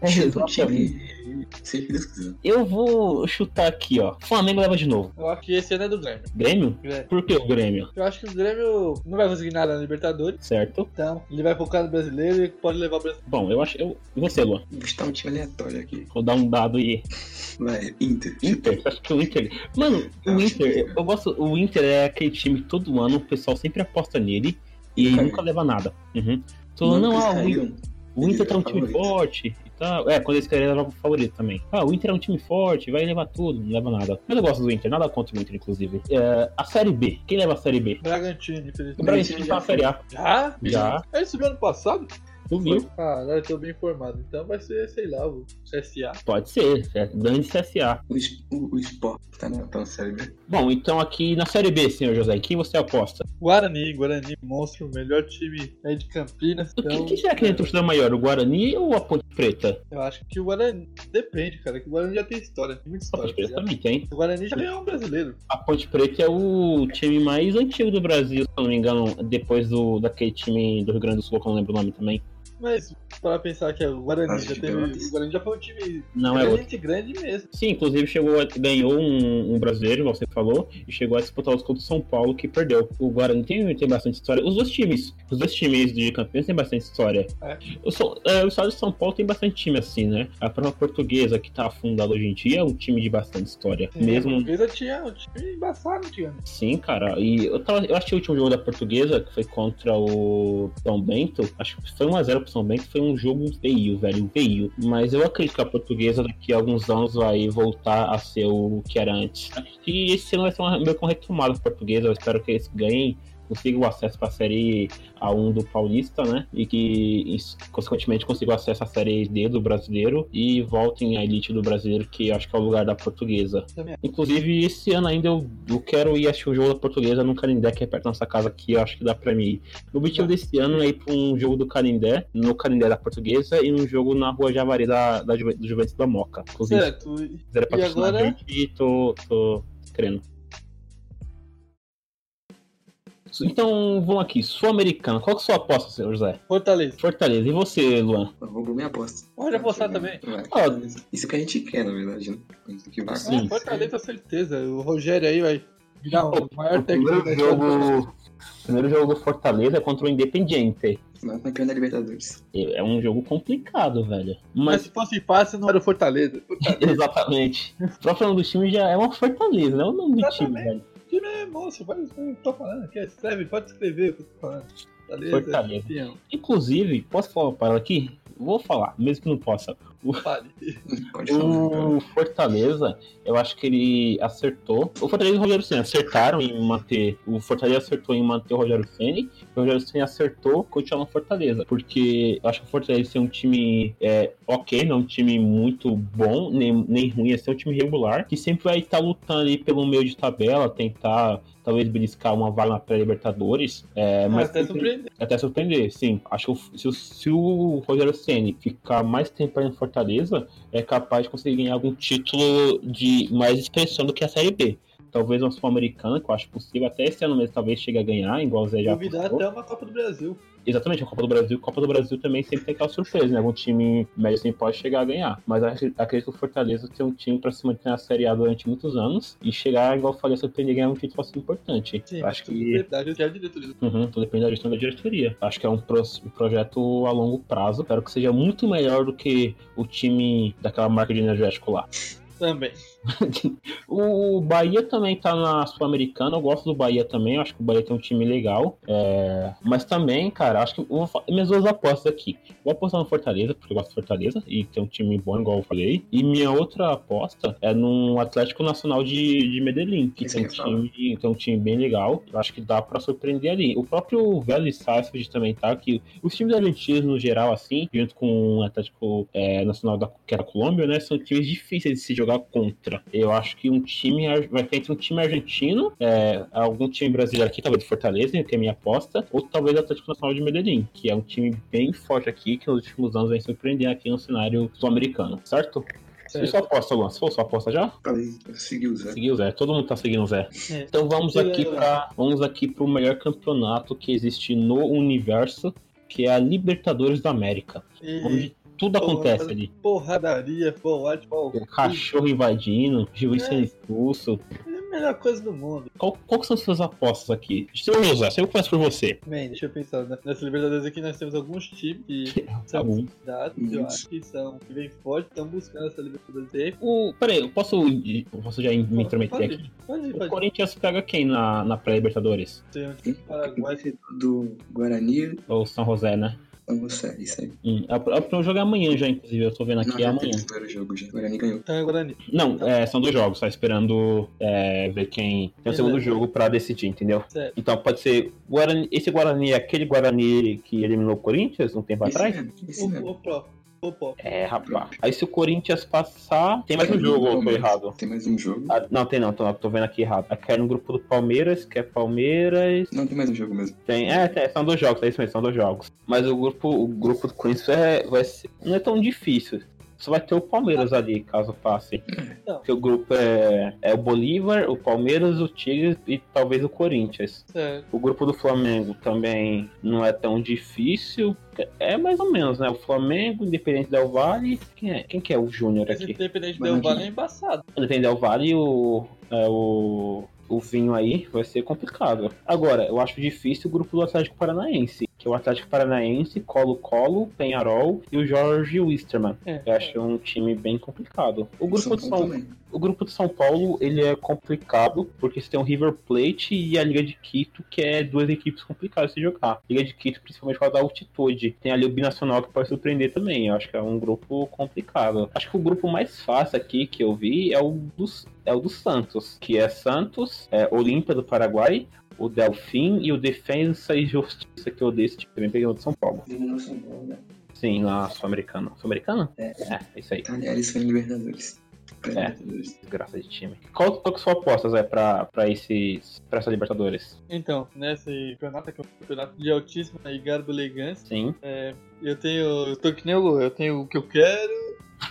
é Chuta o time. Seja o que Deus quiser. Eu vou chutar aqui, ó. Flamengo leva de novo. Eu acho que esse ano é do Grêmio. Grêmio? Grêmio. Por que o Grêmio? Eu acho que o Grêmio não vai conseguir nada na Libertadores. Certo? Então, ele vai focar no brasileiro e pode levar o brasileiro. Bom, eu acho. Eu... E você, Luan? Vou chutar um time aleatório aqui. Vou dar um dado aí. Vai, Inter. Inter? Você acha que o Inter. Mano, o Inter, eu- eu gosto. O Inter é aquele time que todo ano, o pessoal sempre aposta nele e Nunca nunca leva nada. Uhum. Todo Nunca não, ah, o saiu. O Inter tá um time Favorito. forte e tal. É, quando eles querem levar o favorito também. Ah, o Inter é um time forte, vai levar tudo, não leva nada. Mas eu gosto do Inter, nada contra o Inter, inclusive. É, a Série B, quem leva a Série B? Bragantino, infelizmente. O Bragantino tá na Série A. Já? Já, Ele subiu ano passado? tu viu? Caralho, Ah, eu tô bem informado. Então vai ser, sei lá, o CSA. Pode ser, é, grande CSA. O, es- o, o Sport tá na, tá na Série B. Bom, então aqui na Série B, senhor José, quem você aposta? Guarani, Guarani, monstro, melhor time aí de Campinas. O que, Então, que será que é a torcida maior, o Guarani ou a Ponte Preta? eu acho que o Guarani. Depende, cara, que o Guarani já tem história, tem muita A Ponte história. Preta já. também tem. O Guarani já ganhou um brasileiro. A Ponte Preta é o time mais antigo do Brasil, se eu não me engano, depois do, daquele time do Rio Grande do Sul, que eu não lembro o nome também. Mas para pensar que é o Guarani Acho já que teve. Pelotas. O Guarani já foi um time Não é outro. realmente grande mesmo. Sim, inclusive chegou a- ganhou um, um brasileiro, igual você falou, e chegou a disputar os contra o São Paulo, que perdeu. O Guarani tem, tem bastante história. Os dois times, os dois times de campeões têm bastante história. É. O, São- é, o estado de São Paulo tem bastante time assim, né? A própria portuguesa, que tá afundada hoje em dia, é um time de bastante história. A Mesmo Portuguesa tinha um time embaçado, tinha. Sim, cara. E eu, tava, eu achei o último jogo da portuguesa, que foi contra o São Bento. Acho que foi 1x0 pro São Bento. Foi um jogo feio, velho. um Feio. Mas eu acredito que a portuguesa daqui a alguns anos vai voltar a ser o que era antes. Acho que esse ano vai ser uma, meio que um uma retomada da portuguesa. Eu espero que eles ganhem. Consiga o acesso pra série A1 do Paulista, né? E que, isso, consequentemente, consiga o acesso à série D do brasileiro e voltem à elite do brasileiro, que eu acho que é o lugar da portuguesa. Inclusive, esse ano ainda eu, eu quero ir assistir o jogo da portuguesa no Canindé, que é perto da nossa casa aqui, eu acho que dá pra mim ir. O objetivo desse ano é ir pra um jogo do Canindé, no Canindé da portuguesa, e um jogo na rua Javari da, da Juve- do Juventus da Moca. Inclusive, se Certo. e- quiser patrocinar agora? a gente, tô, tô querendo. Então, vamos aqui, Sul-Americana. Qual que é a sua aposta, senhor José? Fortaleza. Fortaleza. E você, Luan? Eu vou pra minha aposta. Pode apostar também. Vai. Ó. Isso que a gente quer, na verdade. né? Isso que vai Ah, Sim. Ah, Fortaleza, certeza. O Rogério aí vai virar o maior técnico da história. do Brasil. jogo... Primeiro jogo do Fortaleza é contra o Independiente. Mas campeão da Libertadores. É um jogo complicado, velho. Mas Mas, se fosse fácil, não era o Fortaleza. exatamente. O próprio nome do time já é uma fortaleza, não é o nome do time, Exatamente. velho. O time é monstro, vai, vai- tô falando aqui. Escreve, pode escrever o que eu tô falando. Fortaleza. Fortaleza. campeão, Inclusive, posso falar uma parada aqui? Vou falar, mesmo que não possa. vale. Hum, Pode falar. cara. O Fortaleza, eu acho que ele acertou. O Fortaleza e o Rogério Senna acertaram em manter. O Fortaleza acertou em manter o Rogério Senna. O Rogério Senna acertou em continuar no Fortaleza. Porque eu acho que o Fortaleza é um time é, ok, não é um time muito bom, nem, nem ruim, é ser um time regular. Que sempre vai estar lutando ali pelo meio de tabela, tentar talvez beliscar uma vaga na pré-Libertadores. É, Mas mas até sempre- surpreender. até surpreender, sim. Acho que se, o- se o Rogério Ceni ficar mais tempo aí no Fortaleza, é capaz de conseguir ganhar algum título de mais expressão do que a Série B. Talvez uma Sul-Americana, que eu acho possível, até esse ano mesmo talvez chegue a ganhar, igual o Zé já Convidar apostou. até uma Copa do Brasil. Exatamente, a Copa do Brasil. Copa do Brasil também sempre tem aquela surpresa, né? Algum time médio assim pode chegar a ganhar. Mas ac- acredito que o Fortaleza tem um time pra se manter na Série A durante muitos anos e chegar, igual eu falei, a surpreender e ganhar um título assim importante. Eu acho tudo que verdade, eu quero a diretoria. Uhum, tudo depende da gestão da diretoria. Acho que é um, pro- um projeto a longo prazo. Espero que seja muito melhor do que o time daquela marca de energético lá. Também. o Bahia também tá na Sul-Americana. Eu gosto do Bahia também. Eu acho que o Bahia tem um time legal. É, Mas também, cara, acho que. eu Vou... fa- Minhas duas apostas aqui. Vou apostar no Fortaleza, porque eu gosto do Fortaleza. E tem um time bom, igual eu falei. E minha outra aposta é no Atlético Nacional de, de Medellín, que Isso tem um, que eu ia falar. time, tem um time bem legal. Eu acho que dá pra surpreender ali. O próprio Vélez Sarsfield também tá. Que os times argentinos, no geral, assim, junto com o Atlético é, Nacional da que era Colômbia, né? São times difíceis de se jogar contra. Eu acho que um time ar- vai ter entre um time argentino, é, algum time brasileiro aqui, talvez do Fortaleza, que é a minha aposta, ou talvez do Atlético Nacional de Medellín, que é um time bem forte aqui, que nos últimos anos vem surpreendendo aqui no cenário sul-americano, certo? E sua aposta, Luan? Você falou sua aposta já? então. Falei, eu segui o Zé. Seguiu o Zé, todo mundo tá seguindo o Zé. É. Então vamos aqui para vamos aqui pro melhor campeonato que existe no universo, que é a Libertadores da América. E Onde tudo acontece ali. porradaria, forward, pau. O É, cachorro invadindo, juiz sendo expulso. É a melhor coisa do mundo. Qual, qual que são as suas apostas aqui? Seu José, eu começo por você. Bem, deixa eu pensar. né? Nessa Libertadores aqui nós temos alguns times que Tá são bom. dados, que eu acho que são que vem forte, estão buscando essa Libertadores aí. O, peraí, eu posso, eu posso já me intrometer pode, aqui? Pode, ir, O pode. Corinthians pega quem na, na pré-Libertadores? Tem um Sim. time do Paraguai. Do Guarani, Ou São José, né? então você, isso aí. Hum, é o- é o primeiro jogo é amanhã já, inclusive. Eu tô vendo aqui é não, amanhã. tem primeiro jogo já. Guarani ganhou. Então é Guarani. Não, é, são dois jogos, tá esperando é, ver quem tem o segundo jogo pra decidir, entendeu? Certo. Então pode ser. Guarani, esse Guarani é aquele Guarani que eliminou o Corinthians um tempo atrás? Esse mesmo, esse O, mesmo. o Pro. O Pro. É, rapaz. Aí se o Corinthians passar. Tem mais um jogo, ou eu tô errado. Tem mais um jogo. Ah, não, tem não, tô, tô vendo aqui errado. Aqui é no grupo do Palmeiras, que é Palmeiras. Não, tem mais um jogo mesmo. Tem. É, tem- são dois jogos, é isso mesmo, são dois jogos. Mas o grupo, o grupo do Corinthians é, vai ser, não é tão difícil. Só vai ter o Palmeiras ali, caso passe. Não. Porque o grupo é, é o Bolívar, o Palmeiras, o Tigres e talvez o Corinthians. Certo. O grupo do Flamengo também não é tão difícil. É mais ou menos, né? O Flamengo, Independente Del Vale. Quem, é? Quem que é o Júnior Esse aqui? Independente Guarani. Del Vale é embaçado. Independente Del Vale, o, é, o, o vinho aí vai ser complicado. Agora, eu acho difícil o grupo do Atlético Paranaense. Que é o Atlético Paranaense, Colo-Colo, Penharol e o Jorge Wisterman. É. Eu acho um time bem complicado. O São grupo, de Paulo São, também. o grupo de São Paulo, ele é complicado, porque você tem o River Plate e a Liga de Quito, que é duas equipes complicadas de se jogar. Liga de Quito, principalmente por causa da altitude. Tem ali o Binacional que pode surpreender também. Eu acho que é um grupo complicado. Acho que o grupo mais fácil aqui que eu vi é o dos, é o do Santos, que é Santos, é, Olímpia do Paraguai, o Delfim e o Defensa e Justiça, que eu odeio esse time, também pegando de São Paulo. Eliminou São Paulo, né? Sim, lá sul-americano. Sul-americano? É. É, é isso aí. Talheres foi em Libertadores. É. Pré-Libertadores. Desgraça de time. Qual, qual que são as apostas é pra, pra, esses, pra essa Libertadores? Então, nesse campeonato, que é um campeonato de altíssima e garbo elegância, Sim. é, eu tenho. Eu tô que nem o Lu, eu tenho o que eu quero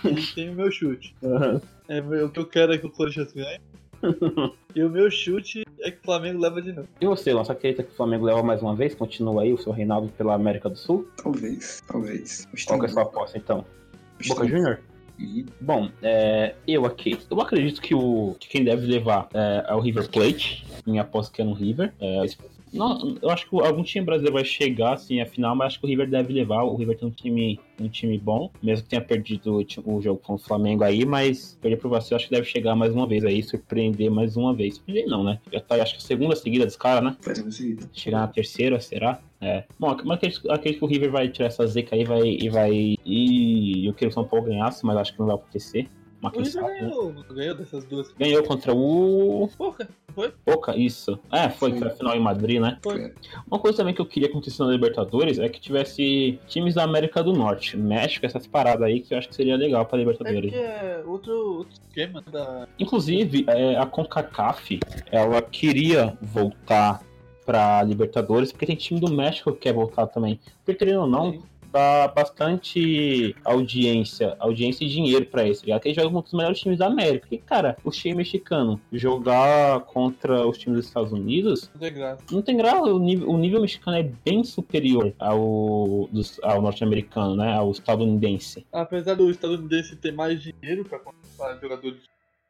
e tenho o meu chute. É, o que eu quero é que o Corinthians ganhe. e o meu chute é que o Flamengo leva de novo. E você, Lança, acredita que o Flamengo leva mais uma vez? Continua aí o seu reinado pela América do Sul? Talvez, talvez. Hoje Qual que é a tá sua aposta, então? hoje Boca tá- Júnior? Ih, Bom, é, eu aqui. Eu acredito que, o, que quem deve levar é, é o River Plate. Minha aposta que é no River. É, não, eu acho que algum time brasileiro vai chegar assim à final, mas acho que o River deve levar. O River tem um time, um time bom, mesmo que tenha perdido o, ti- o jogo com o Flamengo aí, mas perder pro Brasil acho que deve chegar mais uma vez aí, surpreender mais uma vez. Surpreender não, né? Já tá, acho que a segunda seguida dos caras, né? Faz um uma seguida. Chegar na terceira, será? É. Bom, ac- mas acredito, acredito que o River vai tirar essa zica aí vai, e vai. E eu queria que o São Paulo ganhasse, mas acho que não vai acontecer. Mas O quem River sabe, né? ganhou, não ganhou dessas duas. Ganhou contra o Pouca, Boca, isso. É, foi Sim. foi a final em Madrid, né? Foi. Uma coisa também que eu queria que acontecesse na Libertadores é que tivesse times da América do Norte, México, essas paradas aí que eu acho que seria legal pra É Libertadores. porque é outro, outro esquema da. Inclusive, é, a CONCACAF, ela queria voltar pra Libertadores, porque tem time do México que quer voltar também. Porque, querendo ou não, dá bastante audiência, audiência e dinheiro pra isso, tá ligado? Que eles jogam contra os melhores times da América. E, cara, o time mexicano jogar contra os times dos Estados Unidos Não tem graça. não tem graça. O nível, o nível mexicano é bem superior ao, dos- ao norte-americano, né? Ao estadunidense. Apesar do estadunidense ter mais dinheiro pra contratar jogadores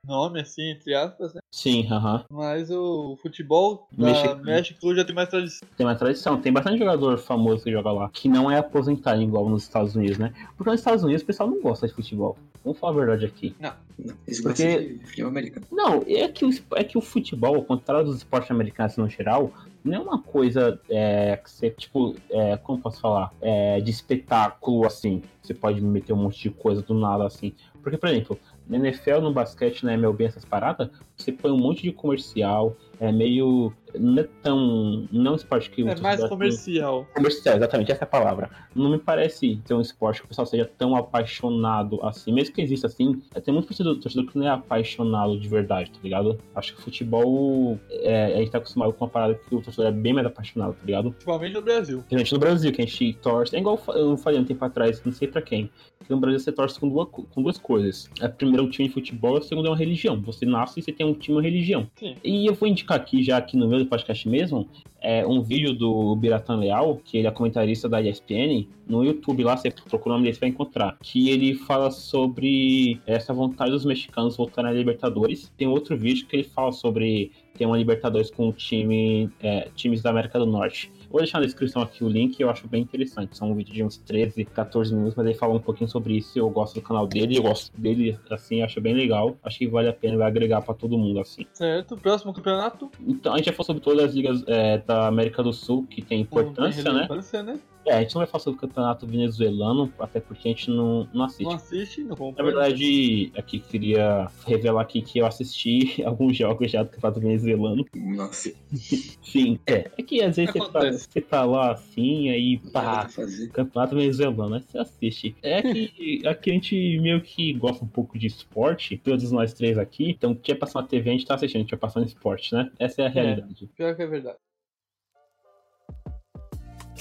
nome, assim, entre aspas, né? Sim, aham. Mas o futebol da Mexicano. México já tem mais tradição. Tem uma tradição, tem bastante jogador famoso que joga lá, que não é aposentado igual nos Estados Unidos, né? Porque nos Estados Unidos o pessoal não gosta de futebol. Vamos falar a verdade aqui. Não, eles Porque- gostam de futebol americano. Não, é que o, espo- é que o futebol, ao contrário dos esportes americanos no geral, não é uma coisa é, que você, tipo, é, como posso falar? É, de espetáculo assim. Você pode meter um monte de coisa do nada assim. Porque, por exemplo, no NFL, no basquete, na MLB, essas paradas, você põe um monte de comercial, é meio. Não é tão. Não é um esporte que. É muitos mais brasileiros- comercial. comercial, exatamente essa é a palavra. Não me parece ter um esporte que o pessoal seja tão apaixonado assim. Mesmo que exista assim, é, tem muito torcedor, torcedor que não é apaixonado de verdade, tá ligado? Acho que futebol, é, a gente tá acostumado com uma parada que o torcedor é bem mais apaixonado, tá ligado? Principalmente no Brasil. Principalmente no Brasil, que a gente torce. É igual eu fa- eu falei um tempo atrás, não sei pra quem. que No Brasil você torce com duas, co- com duas coisas. A primeira é um time de futebol, a segunda é uma religião. Você nasce e você tem um time e uma religião. Sim. E eu vou indicar aqui, já aqui no meu podcast mesmo, é um vídeo do Biratan Leal, que ele é comentarista da ESPN, no YouTube lá, você procura o nome dele, você vai encontrar. Que ele fala sobre essa vontade dos mexicanos voltarem à Libertadores. Tem outro vídeo que ele fala sobre ter uma Libertadores com o time, é, times da América do Norte. Vou deixar na descrição aqui o link, eu acho bem interessante. São um vídeo de uns 13, 14 minutos, mas ele fala um pouquinho sobre isso. Eu gosto do canal dele, eu gosto dele, assim, acho bem legal. Acho que vale a pena, vai agregar pra todo mundo, assim. Certo, próximo campeonato. Então, a gente já falou sobre todas as ligas é, da América do Sul que tem importância, né? um Importância, né? É, a gente não vai falar sobre o campeonato venezuelano, até porque a gente não, não assiste. Não assiste, não Na compra. verdade, aqui queria revelar aqui que eu assisti alguns jogos já do campeonato venezuelano. Nossa, Sim, é. É que às vezes você tá, Acontece. você tá lá assim, aí nada pá, pra fazer. Campeonato Venezuelano, aí você assiste. É que aqui a gente meio que gosta um pouco de esporte, todos nós três aqui. Então, o que é passar na TV, a gente tá assistindo, a gente vai passando esporte, né? Essa é a realidade. Pior que é verdade.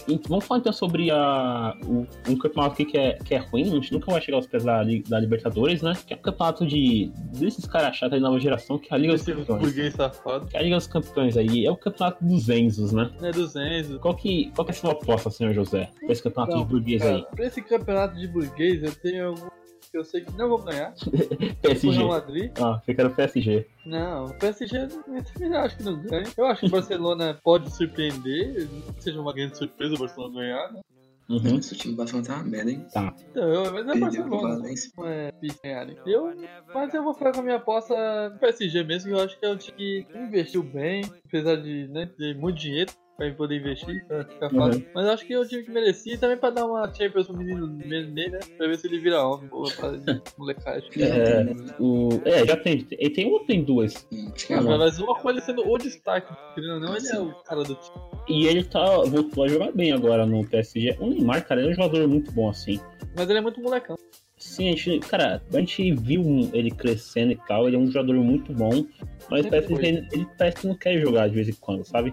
Então, vamos falar então sobre a, o, um campeonato aqui que é, que é ruim, a gente nunca vai chegar aos pés da, Li- da Libertadores, né? Que é um campeonato de, desses caras chatos aí da nova geração, que é a Liga dos Esse Campeões. burguês safado. Que é a Liga dos Campeões aí é o campeonato dos Enzos, né? É 200. Qual que, qual que é a sua aposta, senhor José, pra esse campeonato Não, de burguês Cara, aí? pra esse campeonato de burguês, eu tenho alguns que eu sei que não vou ganhar. Tipo o PSG. Real Madrid. Ah, fica no PSG. Não, o PSG eu também acho que não ganha. Eu acho que o Barcelona pode surpreender. Não que seja uma grande surpresa o Barcelona ganhar. Né? Uhum. tá Nossa, o time do Barcelona tá uma merda, hein? Então, eu, mas é Perdeu pro Barcelona. Valência. Não é difícil ganharem. Eu, mas eu vou ficar com a minha aposta no PSG mesmo, que eu acho que é um time que investiu bem, apesar de né, ter muito dinheiro pra poder investir, pra ficar Uhum. fácil. Mas eu acho que é um time que merecia e também pra dar uma Champions pro menino Nenê, né? Pra ver se ele vira homem, ou pra de molecagem. Ele já É. tem, né? O... É, já tem. Tem tem um ou tem duas? Hum, Acho que é Cara, uma. Mas uma com ele sendo o destaque, querendo ou não, ele é o cara do time. E ele tá, voltou a jogar bem agora no PSG. O Neymar, cara, ele é um jogador muito bom, assim. Mas ele é muito molecão. Sim, a gente, cara, a gente viu um, ele crescendo e tal. Ele é um jogador muito bom. Mas Sempre parece que foi. Uhum. ele, ele parece que não quer jogar de vez em quando, sabe?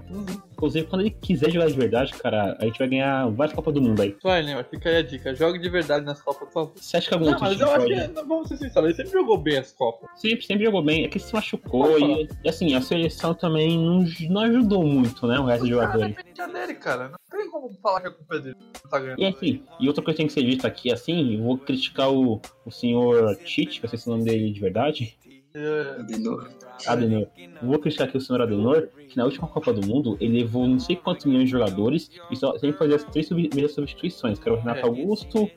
Inclusive, quando ele quiser jogar de verdade, cara, a gente vai ganhar várias Copas do Mundo aí. Só aí, Neymar, fica aí a dica. Jogue de verdade nas Copas, por favor. Você acha que algum Não, outro mas time eu acho pode- que, é- vamos ser sinceros, ele sempre jogou bem as Copas. Sempre, sempre jogou bem. É que se machucou Pode e, e, assim, a seleção também não, não ajudou muito, né? O resto dos Cara, jogadores. depende dele, cara. Não tem como falar que a culpa é dele. Não tá ganhando. E assim, e outra coisa que tem que ser dita aqui, assim, eu vou criticar o, o senhor Tite, que eu sei se é o nome dele de verdade, É, De novo. Adenor. Eu Vou criticar aqui o senhor Adenor, que na última Copa do Mundo ele levou não sei quantos milhões de jogadores e só tem que fazer as três sub- primeiras substituições, que era o Renato Augusto,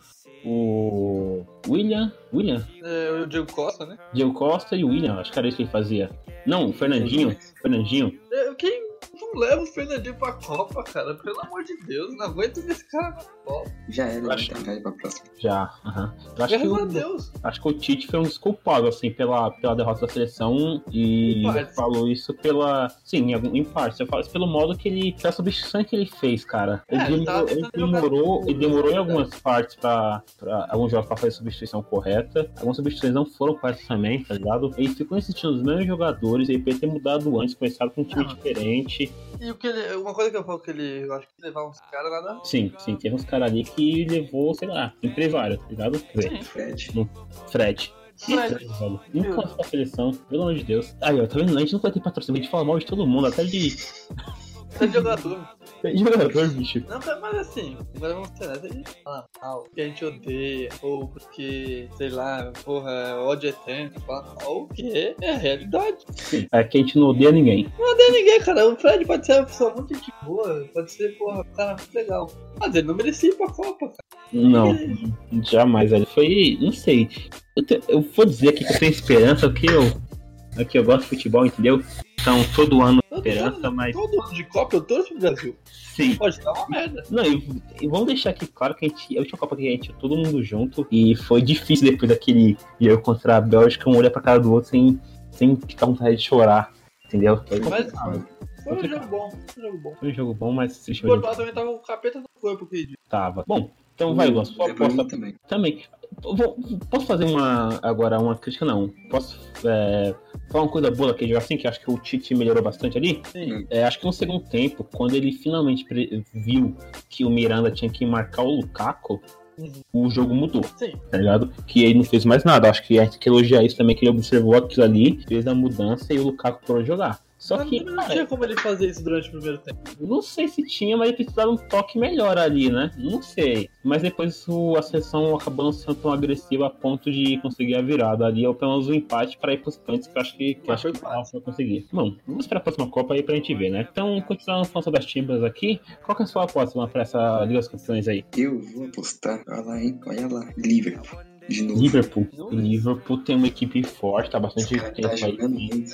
o William, William, é, o Diego Costa, né? Diego Costa e o William, acho que era isso que ele fazia. Não, o Fernandinho, Fernandinho. É, quem não leva o Fernandinho pra Copa, cara? Pelo amor de Deus, não aguento ver esse cara na Copa. Já era, Eu acho né? Tá, vai pra próxima. Já, aham. Eu acho que Graças a o, Deus. acho que o Tite foi um desculpado, assim, pela, pela derrota da seleção e Em partes. falou isso pela. Sim, em, algum- em parte. Eu falo isso pelo modo que ele. pela substituição que ele fez, cara. Ele, É, ele demorou- tava ele tentando jogar demorou, tudo, ele demorou em né, algumas partes pra, pra. alguns jogos pra fazer a substituição correta. Algumas substituições não foram corretas também, tá ligado? Ele ficou insistindo nos mesmos jogadores, ele podia ter mudado antes, começado com um time Ah. diferente. E o que ele, uma coisa que eu falo que ele. Eu acho que levar uns caras nada. Sim, sim, teve uns caras ali que levou, sei lá, entre vários, tá ligado? Quer dizer, Fred. Fred. Mas, é Velho, Nunca pra seleção, pelo amor de Deus. Aí, ó, tá vendo? A gente não vai ter patrocínio, a gente fala mal de todo mundo, até de. tá de jogador. Tem jogador, bicho. Não, cara, mas assim, agora vamos ter nada de falar mal. Que a gente odeia, ou porque, sei lá, porra, ódio é tanto, falar mal, o quê? É a realidade. Aqui É a gente não odeia ninguém. Não odeia ninguém, cara. O Fred pode ser uma pessoa muito gente boa, pode ser, porra, um cara muito legal. Mas ele não merecia ir pra Copa, cara. Não, jamais, velho. Foi, não sei. Eu, te- eu vou dizer aqui que eu tenho esperança, porque eu, é que eu gosto de futebol, entendeu? Então, todo ano Todo esperança, ano, mas Todo ano de Copa eu torço pro Brasil. sim. Pode dar uma merda. Não, e, e vamos deixar aqui claro que a gente. A última Copa que a gente todo mundo junto. E foi difícil depois daquele jogo contra a Bélgica, um olhar pra cara do outro sem, sem ficar com vontade de chorar. Entendeu? Foi Mas- complicado. Foi um jogo bom, foi um jogo bom. Foi um jogo bom, mas esse O jogo Portugal também tava com o capeta no corpo, acredito. tava. Bom, Hum. então vai, Gonçalo. Sua Debra aposta também. Também. Eu vou- Posso fazer uma agora uma crítica? Não. Posso é, falar uma coisa boa daquele jogo assim, que eu acho que o Tite melhorou bastante ali? Sim. É, acho que no segundo tempo, quando ele finalmente pre- viu que o Miranda tinha que marcar o Lukaku, Uhum. o jogo mudou, Sim. tá ligado? Que ele não fez mais nada. Acho que a gente tem que elogiar isso também, que ele observou aquilo ali, fez a mudança e o Lukaku parou de jogar. Só Mas que, também não cara, tinha como ele fazer isso durante o primeiro tempo. não sei se tinha, mas ele precisava de um toque melhor ali, né? Não sei. Mas depois o- a sessão acabou não sendo tão agressiva a ponto de conseguir a virada ali, ou pelo menos um empate para ir pros pênaltis, que eu acho que, que, eu Mas acho Ah, foi que o Arsenal vai conseguir. Bom, vamos esperar a próxima Copa aí pra gente ver, né? Então, continuando falando sobre as timbras aqui, qual que é a sua aposta mano, pra essa Liga dos Campeões aí? Eu vou apostar. Olha lá, hein? Olha lá. Liverpool. De novo. Liverpool. Não. O Liverpool tem uma equipe forte, tá bastante Esse cara tempo tá aí. jogando muito.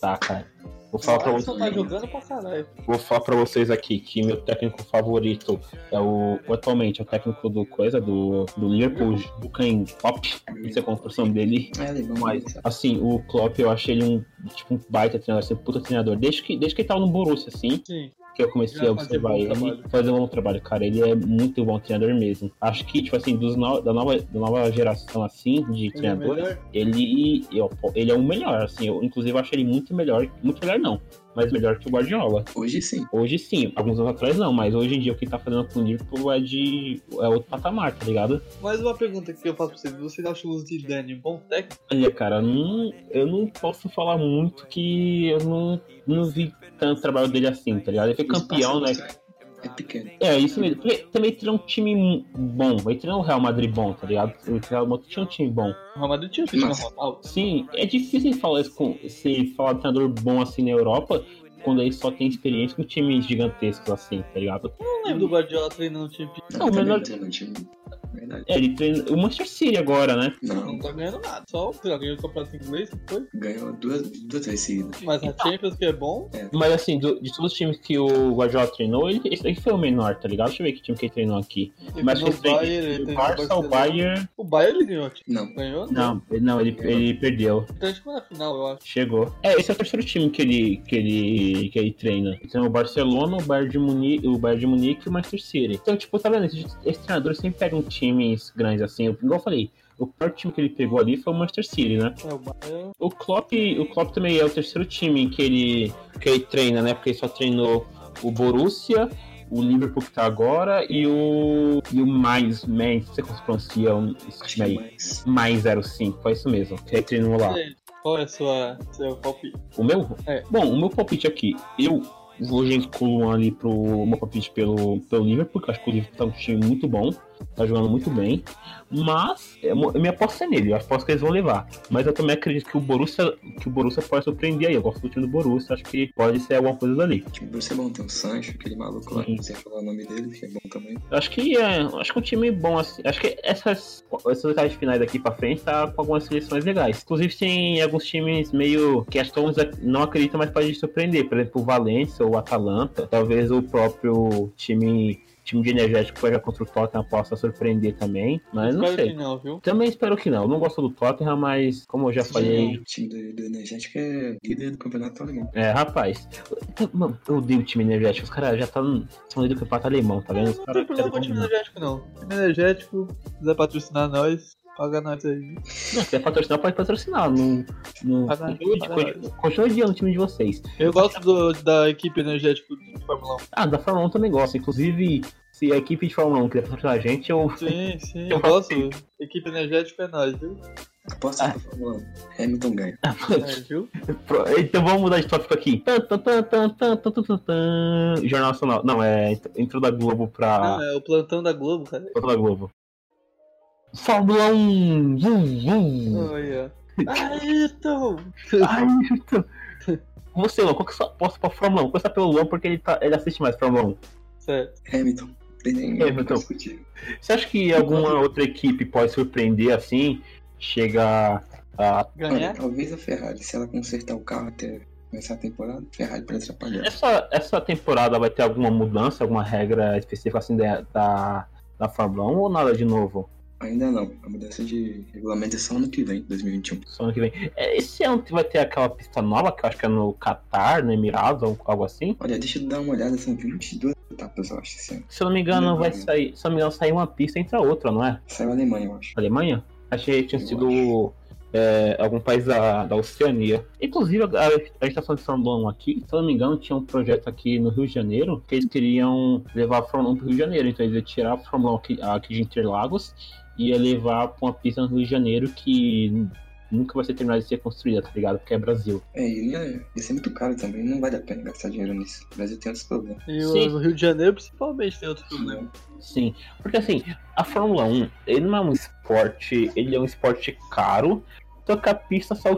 Tá, cara. Vou falar pra O você. Alisson tá jogando pra caralho. Vou falar pra vocês aqui que meu técnico favorito é o atualmente é o técnico do coisa do, do Liverpool, o Ken Klopp, não sei como é a profissão dele. É alemão, Mas né? assim, o Klopp eu achei ele um tipo um baita treinador, assim, um puta treinador. Desde que desde que ele tava no Borussia assim, Sim. que eu comecei Já a fazia observar bom ele, trabalho. fazer um bom trabalho, cara. Ele é muito bom treinador mesmo. Acho que tipo assim, dos no- da nova da nova geração assim de Ele é treinadores, melhor. ele, eu- ele é o melhor, assim. Eu, inclusive, eu acho ele muito melhor, muito melhor não, mas melhor que o Guardiola. Hoje sim. Hoje sim, alguns anos atrás não, mas hoje em dia o que tá fazendo com o Liverpool é de. é outro patamar, tá ligado? Mais uma pergunta que eu faço pra vocês. Vocês acham o Zidane um bom técnico? Olha, cara, não, eu não posso falar muito que eu não, não vi tanto trabalho dele assim, tá ligado? Ele foi O espaço campeão, né? É pequeno. É, isso mesmo. Também- Também tirou um time bom, ele tirou um Real Madrid bom, tá ligado? O Real Madrid tinha um time bom. O Real Madrid tinha feito na Nossa. Ronaldo. Sim, é difícil falar isso com, se falar de treinador bom assim na Europa, quando ele só tem experiência com times gigantescos assim, tá ligado? Eu não lembro do Guardiola treinando um o time. Não, mas não- Não, time. Verdade. É, ele treina o Manchester City agora, né? Não Não, tá ganhando nada. Só sei lá, ganhou o campeonato inglês, não foi? ganhou duas, duas vezes seguidas. Mas a Champions que é bom. Mas assim, do- de todos os times que o Guardiola treinou, ele, esse daqui foi o menor, tá ligado? Deixa eu ver que time que ele treinou aqui. Ele Mas ganhou ele o Bayern, ele treinou o treinou Barça, o Barcelona. Bayern. O Bayern ele ganhou, tipo, Não. ganhou? Não, ele- não, ele, ele perdeu. Então acho que foi na final, eu acho. Chegou. É, esse é o terceiro time que ele, que ele, que ele treina. Ele treinou o Barcelona, o Bayern de Munique, o Bayern de Munique e o Manchester City. Então, tipo, tá vendo? Esse, esse treinador sempre pega um times grandes assim. Igual eu falei, o pior time que ele pegou ali foi o Manchester City, né? É, o Bayern. O Klopp, o Klopp também é o terceiro time que ele, que ele treina, né? Porque ele só treinou o Borussia, o Liverpool que tá agora e o, e o mais, mais, não sei como se pronuncia um, esse Acho que time é aí. mais. Mais 05, foi é isso mesmo. Que ele treinou lá. E aí, Qual é a sua, seu palpite? O meu? É. Bom, o meu palpite aqui, eu vou gente coluna ali pro meu palpite pelo, pelo Liverpool, porque eu acho que o Liverpool tá um time muito bom, tá jogando muito bem. Mas é, mo- minha aposta é nele, eu aposto que eles vão levar. Mas eu também acredito que o Borussia, que o Borussia pode surpreender aí. Eu gosto do time do Borussia, acho que pode ser alguma coisa dali. O Borussia é bom, tem o Sancho, aquele maluco lá, Sim. não sei falar o nome dele, que é bom também. Eu acho que é. eu Acho que um time bom assim. Acho que essas, essas oitavas de finais daqui pra frente tá com algumas seleções legais. Inclusive tem alguns times meio que acho que uns ac- não acreditam, mas pode surpreender. Por exemplo, o Valência ou o Atalanta. Talvez o próprio time. Time de energético que vai jogar contra o Tottenham possa surpreender também, mas não Espero sei. que não, viu? Também espero que não. Não gosto do Tottenham, mas como eu já falei, O time do, do Energético é líder do campeonato alemão. é, rapaz. eu- Mano, eu odeio o time energético. Os caras já estão são líder do campeonato alemão, tá vendo? Os Não caras tem problema com o time energético, não. Time energético, se quiser patrocinar nós, paga nós aí. Não, se quiser patrocinar, pode patrocinar. Não, não, Paga- continua, paga continua- continua odiando o time de vocês. Eu gosto do- da equipe energético de Fórmula Ah, da Fórmula 1 também gosto. Inclusive, se a um equipe de Fórmula 1 quiser patrocinar a gente, eu. 1. Sim, sim, eu gosto. Equipe energético é nós, viu? Ah. Aposta, por favor. Hamilton ganha. É, viu? Pro- Então vamos mudar de tópico aqui. Tan, tan, tan, tan, tan, tan, tan, tan, tan. Jornal Nacional. Não, é. Entrou da Globo pra. Não, é o plantão da Globo, cara. Entrou da Globo. Fórmula 1! Vum, vum. Olha. Ah, Ayrton! Ai, Ayrton. Você, Luan, qual que é a sua aposta pra Fórmula 1? Começa pelo Luan porque ele, tá, ele assiste mais Fórmula Certo. Hamilton. Tem nem Hamilton. pra discutir. 1. Você acha que alguma outra equipe pode surpreender assim? Chega a. Olha, Ganhar? talvez a Ferrari, se ela consertar o carro até começar a temporada, a Ferrari pode atrapalhar. Essa, essa temporada vai ter alguma mudança, alguma regra específica assim da, da, da Fórmula 1 ou nada de novo? Ainda não. A mudança de regulamento é só ano que vem, 2021. Só ano que vem. É, Esse ano vai ter aquela pista nova, que eu acho que é no Catar, no Emirados, ou algo assim. Olha, deixa eu dar uma olhada, são 22 etapas, eu acho, esse ano. Se eu não me engano, Não, vai não. sair. Se eu não me engano, sair uma pista entre a outra, não é? Saiu a Alemanha, eu acho. Alemanha? Achei que tinha Eu sido é, algum país da, da Oceania. Inclusive, a, a estação de São Dono aqui, se eu não me engano, tinha um projeto aqui no Rio de Janeiro que eles queriam levar a Fórmula 1 pro Rio de Janeiro. Então, eles iam tirar a Fórmula 1 aqui, aqui de Interlagos e ia levar pra uma pista no Rio de Janeiro que nunca vai ser terminada de ser construída, tá ligado? Porque é Brasil. É, e né, ia ser muito caro também, não vale a pena gastar dinheiro nisso. O Brasil tem outros problemas. E Sim. o no Rio de Janeiro, principalmente, tem outro problema. Sim, porque assim, a Fórmula 1, ele não é um esporte, ele é um esporte caro, só que a pista só é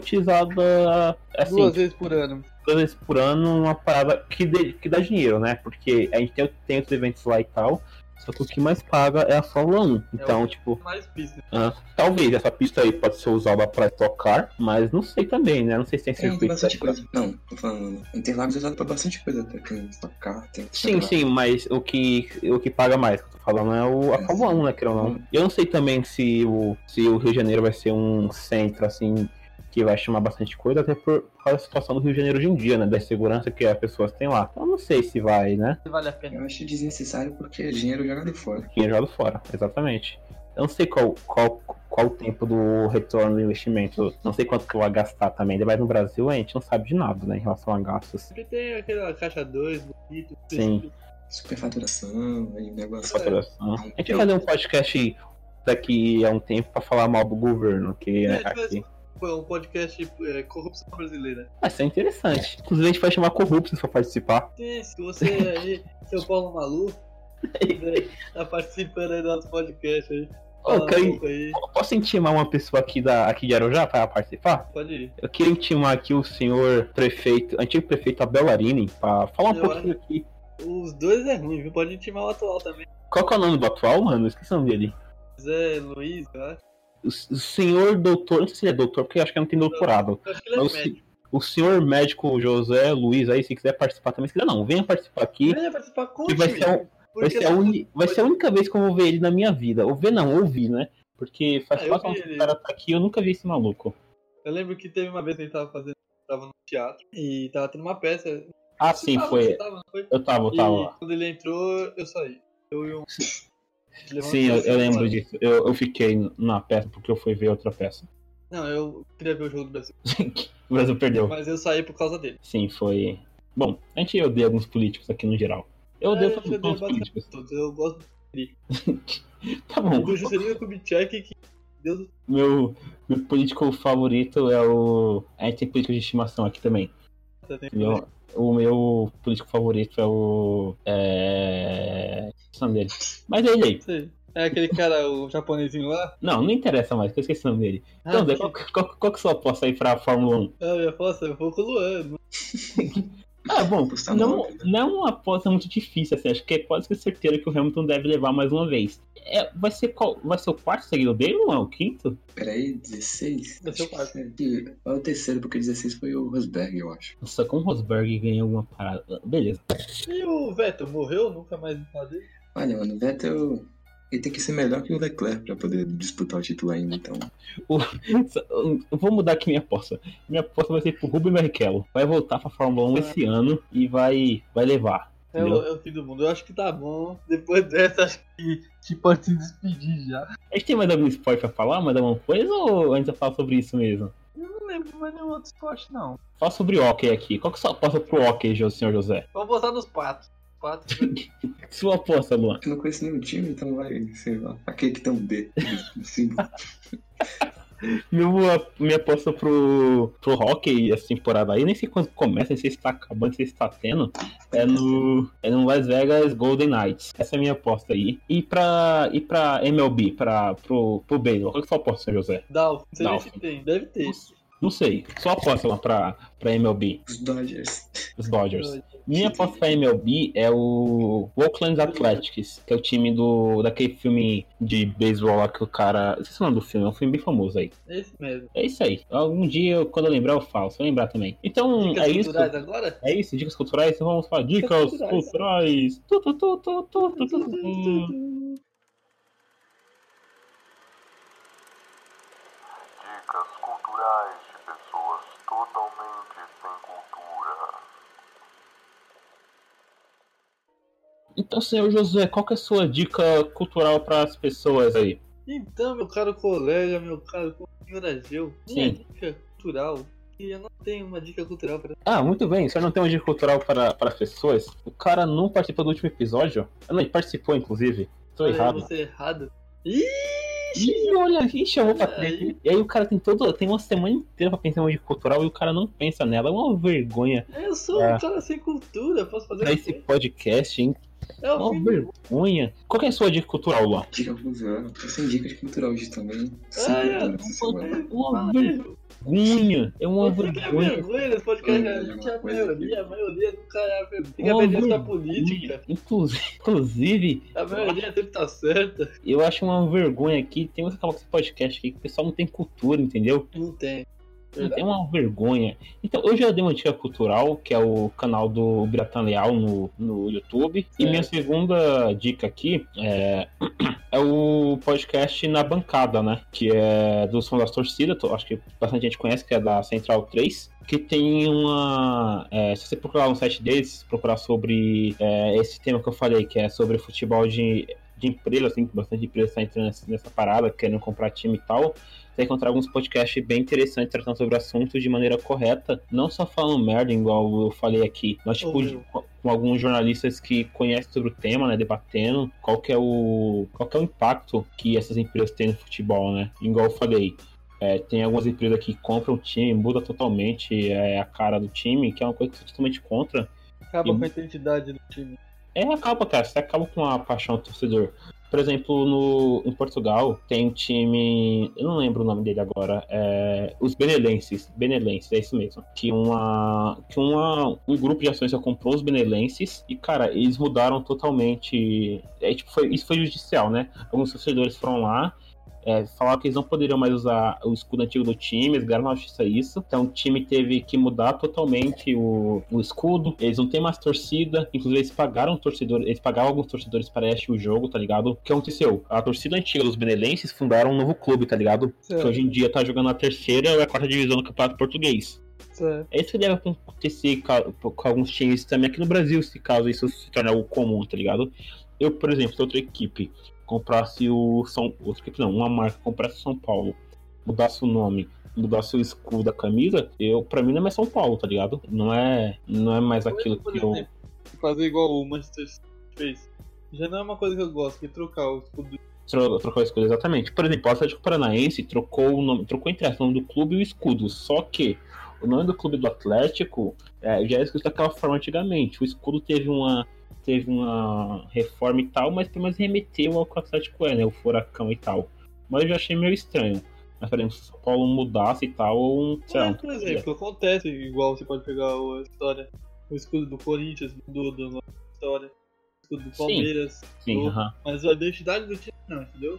utilizada assim, Duas duas, vezes por ano. vezes por ano, uma parada que, dê- que dá dinheiro, né? Porque a gente tem, tem outros eventos lá e tal, só que o que mais paga é a Fórmula 1. Então, o- tipo, Mais né? pista. ah, talvez essa pista aí pode ser usada pra tocar, mas não sei também, né? Não sei se tem Tem circuito. bastante coisa. Não, tô falando. Interlagos é usado pra bastante coisa. até. Tem Stock Car, tem. Sim, sim, mas o que, o que paga mais, que eu tô falando, é o, a Fórmula 1, né, querendo ou não. Eu não sei também se o, se o Rio de Janeiro vai ser um centro, assim, que vai chamar bastante coisa, até por causa da situação do Rio de Janeiro hoje em dia, né, da segurança que as pessoas têm lá. Então, eu não sei se vai, né, Vale a pena. Eu acho desnecessário porque é dinheiro jogado fora. quem é jogado fora, exatamente. Eu não sei qual, qual, qual o tempo do retorno do investimento, não sei quanto que vai gastar também, mas no Brasil a gente não sabe de nada, né, em relação a gastos. Porque tem aquela caixa 2 bonito. Sim. Superfaturação, aí o negócio. é. Saturação. A gente vai fazer um podcast daqui a um tempo pra falar mal do governo, que né, É, mas- aqui. Foi um podcast é, Corrupção Brasileira. Ah, isso é interessante. Inclusive a gente vai chamar corruptos pra participar. Tem, se você aí, seu Paulo Malu, né, tá participando aí do nosso podcast aí. Fala um Ok. pouco aí. Posso intimar uma pessoa aqui, da, aqui de Arujá pra participar? Pode ir. Eu queria intimar aqui o senhor prefeito, antigo prefeito Abel Arini, pra falar um Eu pouquinho aqui. Os dois é ruim, viu? Pode intimar o atual também. Qual que é o nome do atual, mano? Esqueci o nome dele. Zé Luiz, eu acho. O, s- o senhor doutor, não sei se ele é doutor, porque eu acho que não tem doutorado. Eu acho que ele é Mas o se- médico. O senhor médico José Luiz aí, se quiser participar também, se quiser não, venha participar aqui. Ele ia participar com o E vai time, ser um- Vai porque ser, a uni- vai ser a única vez que eu vou ver ele na minha vida. Ou ver não, ouvir, né? Porque faz Ah, eu quatro vi anos que o ele. cara tá aqui eu nunca vi esse maluco. Eu lembro que teve uma vez que ele tava fazendo. Tava no teatro e tava tendo uma peça. Ah, Você sim, tava, você foi. tava, não foi? Eu tava, eu E tava. quando ele entrou, eu saí. Eu e um. Sim, eu, eu lembro disso. Eu, eu fiquei na peça porque eu fui ver outra peça. Não, eu queria ver o jogo do Brasil. O Brasil perdeu. Mas eu saí por causa dele. Sim, foi. Bom, a gente odeia alguns políticos aqui no geral. Eu É, odeio eu todos, odeio todos os basicamente políticos. Todos, Eu gosto Tá bom. do Juscelino Kubitschek que. Deus Meu, meu político favorito é o. A gente tem político de estimação aqui também. do céu, tem que Meu- o meu político favorito é o. É. esqueci o nome dele. Mas é ele aí. Sei. É aquele cara, o japonesinho lá. Não, não interessa mais, que eu esqueci o nome dele. Ah, então, Zé, qual, qual, qual que só posso aí pra Fórmula 1? Ah, minha aposta, eu vou com o Luan. Ah, bom, Apostar no não, Hamilton. não é uma aposta muito difícil, assim, acho que é quase que certeiro que o Hamilton deve levar mais uma vez. É, vai, ser qual, vai ser o quarto seguido dele ou é o quinto? Peraí, 16? Vai ser o quarto. Acho que é o terceiro, porque 16 foi o Rosberg, eu acho. Nossa, como o Rosberg ganha alguma parada. Beleza. E o Vettel morreu? Nunca mais fazer. Olha, mano, o Vettel. Ele tem que ser melhor que o Leclerc pra poder disputar o título ainda, então. Eu vou mudar aqui minha aposta. Minha aposta vai ser pro Rubem Barrichello. Vai voltar pra Fórmula 1 esse ano e vai, vai levar. É o, é o fim do mundo. Eu acho que tá bom. Depois dessa, acho que a gente pode se despedir já. A gente tem mais algum spoiler pra falar, mais alguma coisa ou a gente vai falar sobre isso mesmo? Eu não lembro mais nenhum outro esporte, não. Fala sobre hockey aqui. Qual que é a sua aposta pro hockey, Jo- senhor José? é Vamos botar nos patos. Patos. Sua aposta, Luan. Eu não conheço nenhum time, então vai, sei lá. Aquele que tem um D no símbolo. Minha, minha aposta pro, pro hockey essa temporada aí, nem sei quando começa, nem sei se tá acabando, nem sei se tá tendo. É no, é no Las Vegas Golden Knights. Essa é a minha aposta aí. E pra, e pra MLB, pra, pro, pro Baylor, qual que é a sua aposta, José? Dalphin, não sei nem Dolphin. se tem, deve ter. Não sei. Só aposta lá pra, pra MLB, Os Dodgers. os Dodgers. Minha aposta pra MLB é o Oakland Athletics, que é o time do daquele filme de beisebol lá que o cara. Não sei se é o nome do filme, é um filme bem famoso aí. É Esse mesmo. É isso aí. Algum dia, eu- quando eu lembrar, eu falo. Se eu lembrar também. Então, Dicas é isso. culturais agora? É isso, dicas culturais. Então vamos para dicas Dicas né? culturais. Tu, tu, tu, tu, tu, tu, tu, tu. Dicas culturais de pessoas totalmente sem cultura. Então, senhor José, qual que é a sua dica cultural para as pessoas aí? Então, meu caro colega, meu caro senhor Geu, minha Sim. dica cultural. E eu não tenho uma dica cultural pra. Ah, muito bem. Se eu não tenho uma dica cultural para, para as pessoas, o cara não participou do último episódio. Ah, Não, ele participou, inclusive. Estou Olha, eu errado. vou ser errado. Ih, Ih, olha, ih, chamou pra Aí. frente. E aí o cara tem todo, tem uma semana inteira pra pensar em uma dica cultural e o cara não pensa nela. É uma vergonha eu sou É. um cara sem cultura, posso fazer pra o esse quê? podcast, hein? É o Uma fim vergonha. Qual que é a sua dica cultural, Luan? Dica cultural. Tô sem dica de cultural hoje também. Sem Ah, é, cultura, sem cultura. Uma do vergonha. É uma Você que é vergonha. Hum, vergonha nesse podcast, a Vergonha, gente é a uma coisa maioria, que- a maioria nunca é a vergonha. Tem que Uma aprender isso na vergonha. política, Inclusive, inclusive, a maioria sempre tá certa. eu acho uma vergonha aqui. Tem você acabar com esse podcast aqui que o pessoal não tem cultura, entendeu? Não tem. Não tem uma vergonha. Então, eu já dei uma dica cultural, que é o canal do Biratan Leal no, no YouTube. E Certo. minha segunda dica aqui é, é o podcast Na Bancada, né? Que é do Som das Torcidas, tô- acho que bastante gente conhece, que é da Central 3. Que tem uma. é, se você procurar no site deles, procurar sobre é, esse tema que eu falei, que é sobre futebol de, de empresa, assim, que bastante empresa está entrando nessa, nessa parada, querendo comprar time e tal vai encontrar alguns podcasts bem interessantes tratando sobre o assunto de maneira correta, não só falando merda, igual eu falei aqui, mas tipo, Oh, de- meu. com com alguns jornalistas que conhecem sobre o tema, né, debatendo qual que é o, qual que é o impacto que essas empresas têm no futebol, né, igual eu falei. é, tem algumas empresas que compram o time, muda totalmente é, a cara do time, que é uma coisa que eu sou totalmente contra. Acaba com a identidade do time. É, acaba, cara, você acaba com a paixão do torcedor. Por exemplo, no, em Portugal tem um time, eu não lembro o nome dele agora, é, os Benelenses, Benelenses, é isso mesmo. Que, uma, que uma, um grupo de ações já comprou os Benelenses e, cara, eles mudaram totalmente. É, tipo, foi, isso foi judicial, né? Alguns torcedores foram lá, é, falaram que eles não poderiam mais usar o escudo antigo do time, eles ganharam na justiça isso. Então o time teve que mudar totalmente o, o escudo, eles não têm mais torcida, inclusive eles pagaram torcedores, eles pagaram alguns torcedores para este o jogo, tá ligado? O que aconteceu? A torcida antiga dos benelenses fundaram um novo clube, tá ligado? é, Que hoje em dia tá jogando a terceira ou a quarta divisão do Campeonato Português. Certo. É isso que deve acontecer ca- com alguns times também aqui no Brasil, se caso isso se torne algo comum, tá ligado? Eu, por exemplo, se outra equipe comprasse o São outra equipe não, uma marca comprasse o São Paulo, mudasse o nome, mudasse o escudo da camisa, eu para mim não é mais São Paulo, tá ligado? Não é, não é mais aquilo Por que eu exemplo, Fazer igual o Manchester City fez. Já não é uma coisa que eu gosto, que é trocar o escudo do tro- trocou o escudo exatamente. Por exemplo, o Atlético Paranaense trocou o nome, trocou entre aspas o nome do clube e o escudo, só que o nome do clube do Atlético é, já era escrito daquela forma antigamente. O escudo teve uma teve uma reforma e tal, mas pelo menos remeteu ao que o Atlético é, né, o furacão e tal. Mas eu já achei meio estranho. Mas, por exemplo, se o São Paulo mudasse e tal, ou um, sei lá, É, um- por exemplo, acontece igual você pode pegar o- a história, o escudo do Corinthians, do, do nossa história, o escudo do Palmeiras, sim, aham, mas a identidade do time não, entendeu?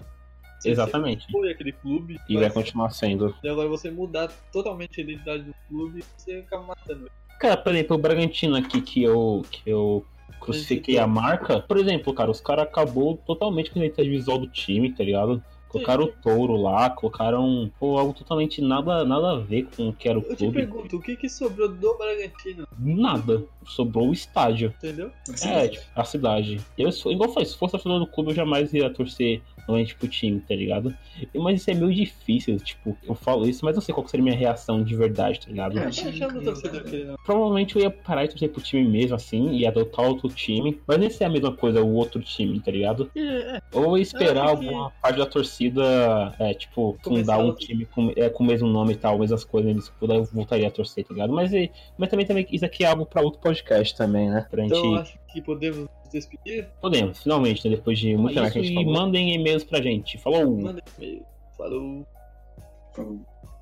Você exatamente. sempre Foi aquele clube, E vai mas continuar sendo. e agora você mudar totalmente a identidade do clube, você acaba matando. Cara, por exemplo, o Bragantino aqui que eu, que eu crucifiquei a Uhum. marca, por exemplo, cara, os caras acabou totalmente com a identidade visual do time, tá ligado? Colocaram o touro lá, colocaram pô, algo totalmente nada, nada a ver com o que era o Eu te clube. pergunto, o que que sobrou do Bragantino, Nada. Sobrou o estádio. entendeu? Assim, É, tipo, a cidade. Eu sou, igual eu falei, se fosse a torcedor do clube, eu jamais ia torcer novamente pro time, tá ligado? E- Mas isso é meio difícil, tipo, eu falo isso, mas eu sei qual que seria a minha reação de verdade, tá ligado? É, Eu não achava o torcedor cara. aquele né? não. provavelmente eu ia parar de torcer pro time mesmo, assim, e adotar outro time. Mas nem ser a mesma coisa, o outro time, tá ligado? É, é, Ou esperar É, porque- alguma parte da torcida, é, tipo, fundar Começar um outro. time com, é, com o mesmo nome e tal, mesmas coisas, eles puder, eu voltaria a torcer, tá ligado? Mas, e- mas também, também isso aqui é algo pra outro podcast também, né? Pra Então gente. acho que podemos nos despedir. Podemos, finalmente, né? Depois de muito É tempo que a isso, gente e um. falou. mandem e-mails pra gente. Falou! Manda e-mail. Falou. Falou.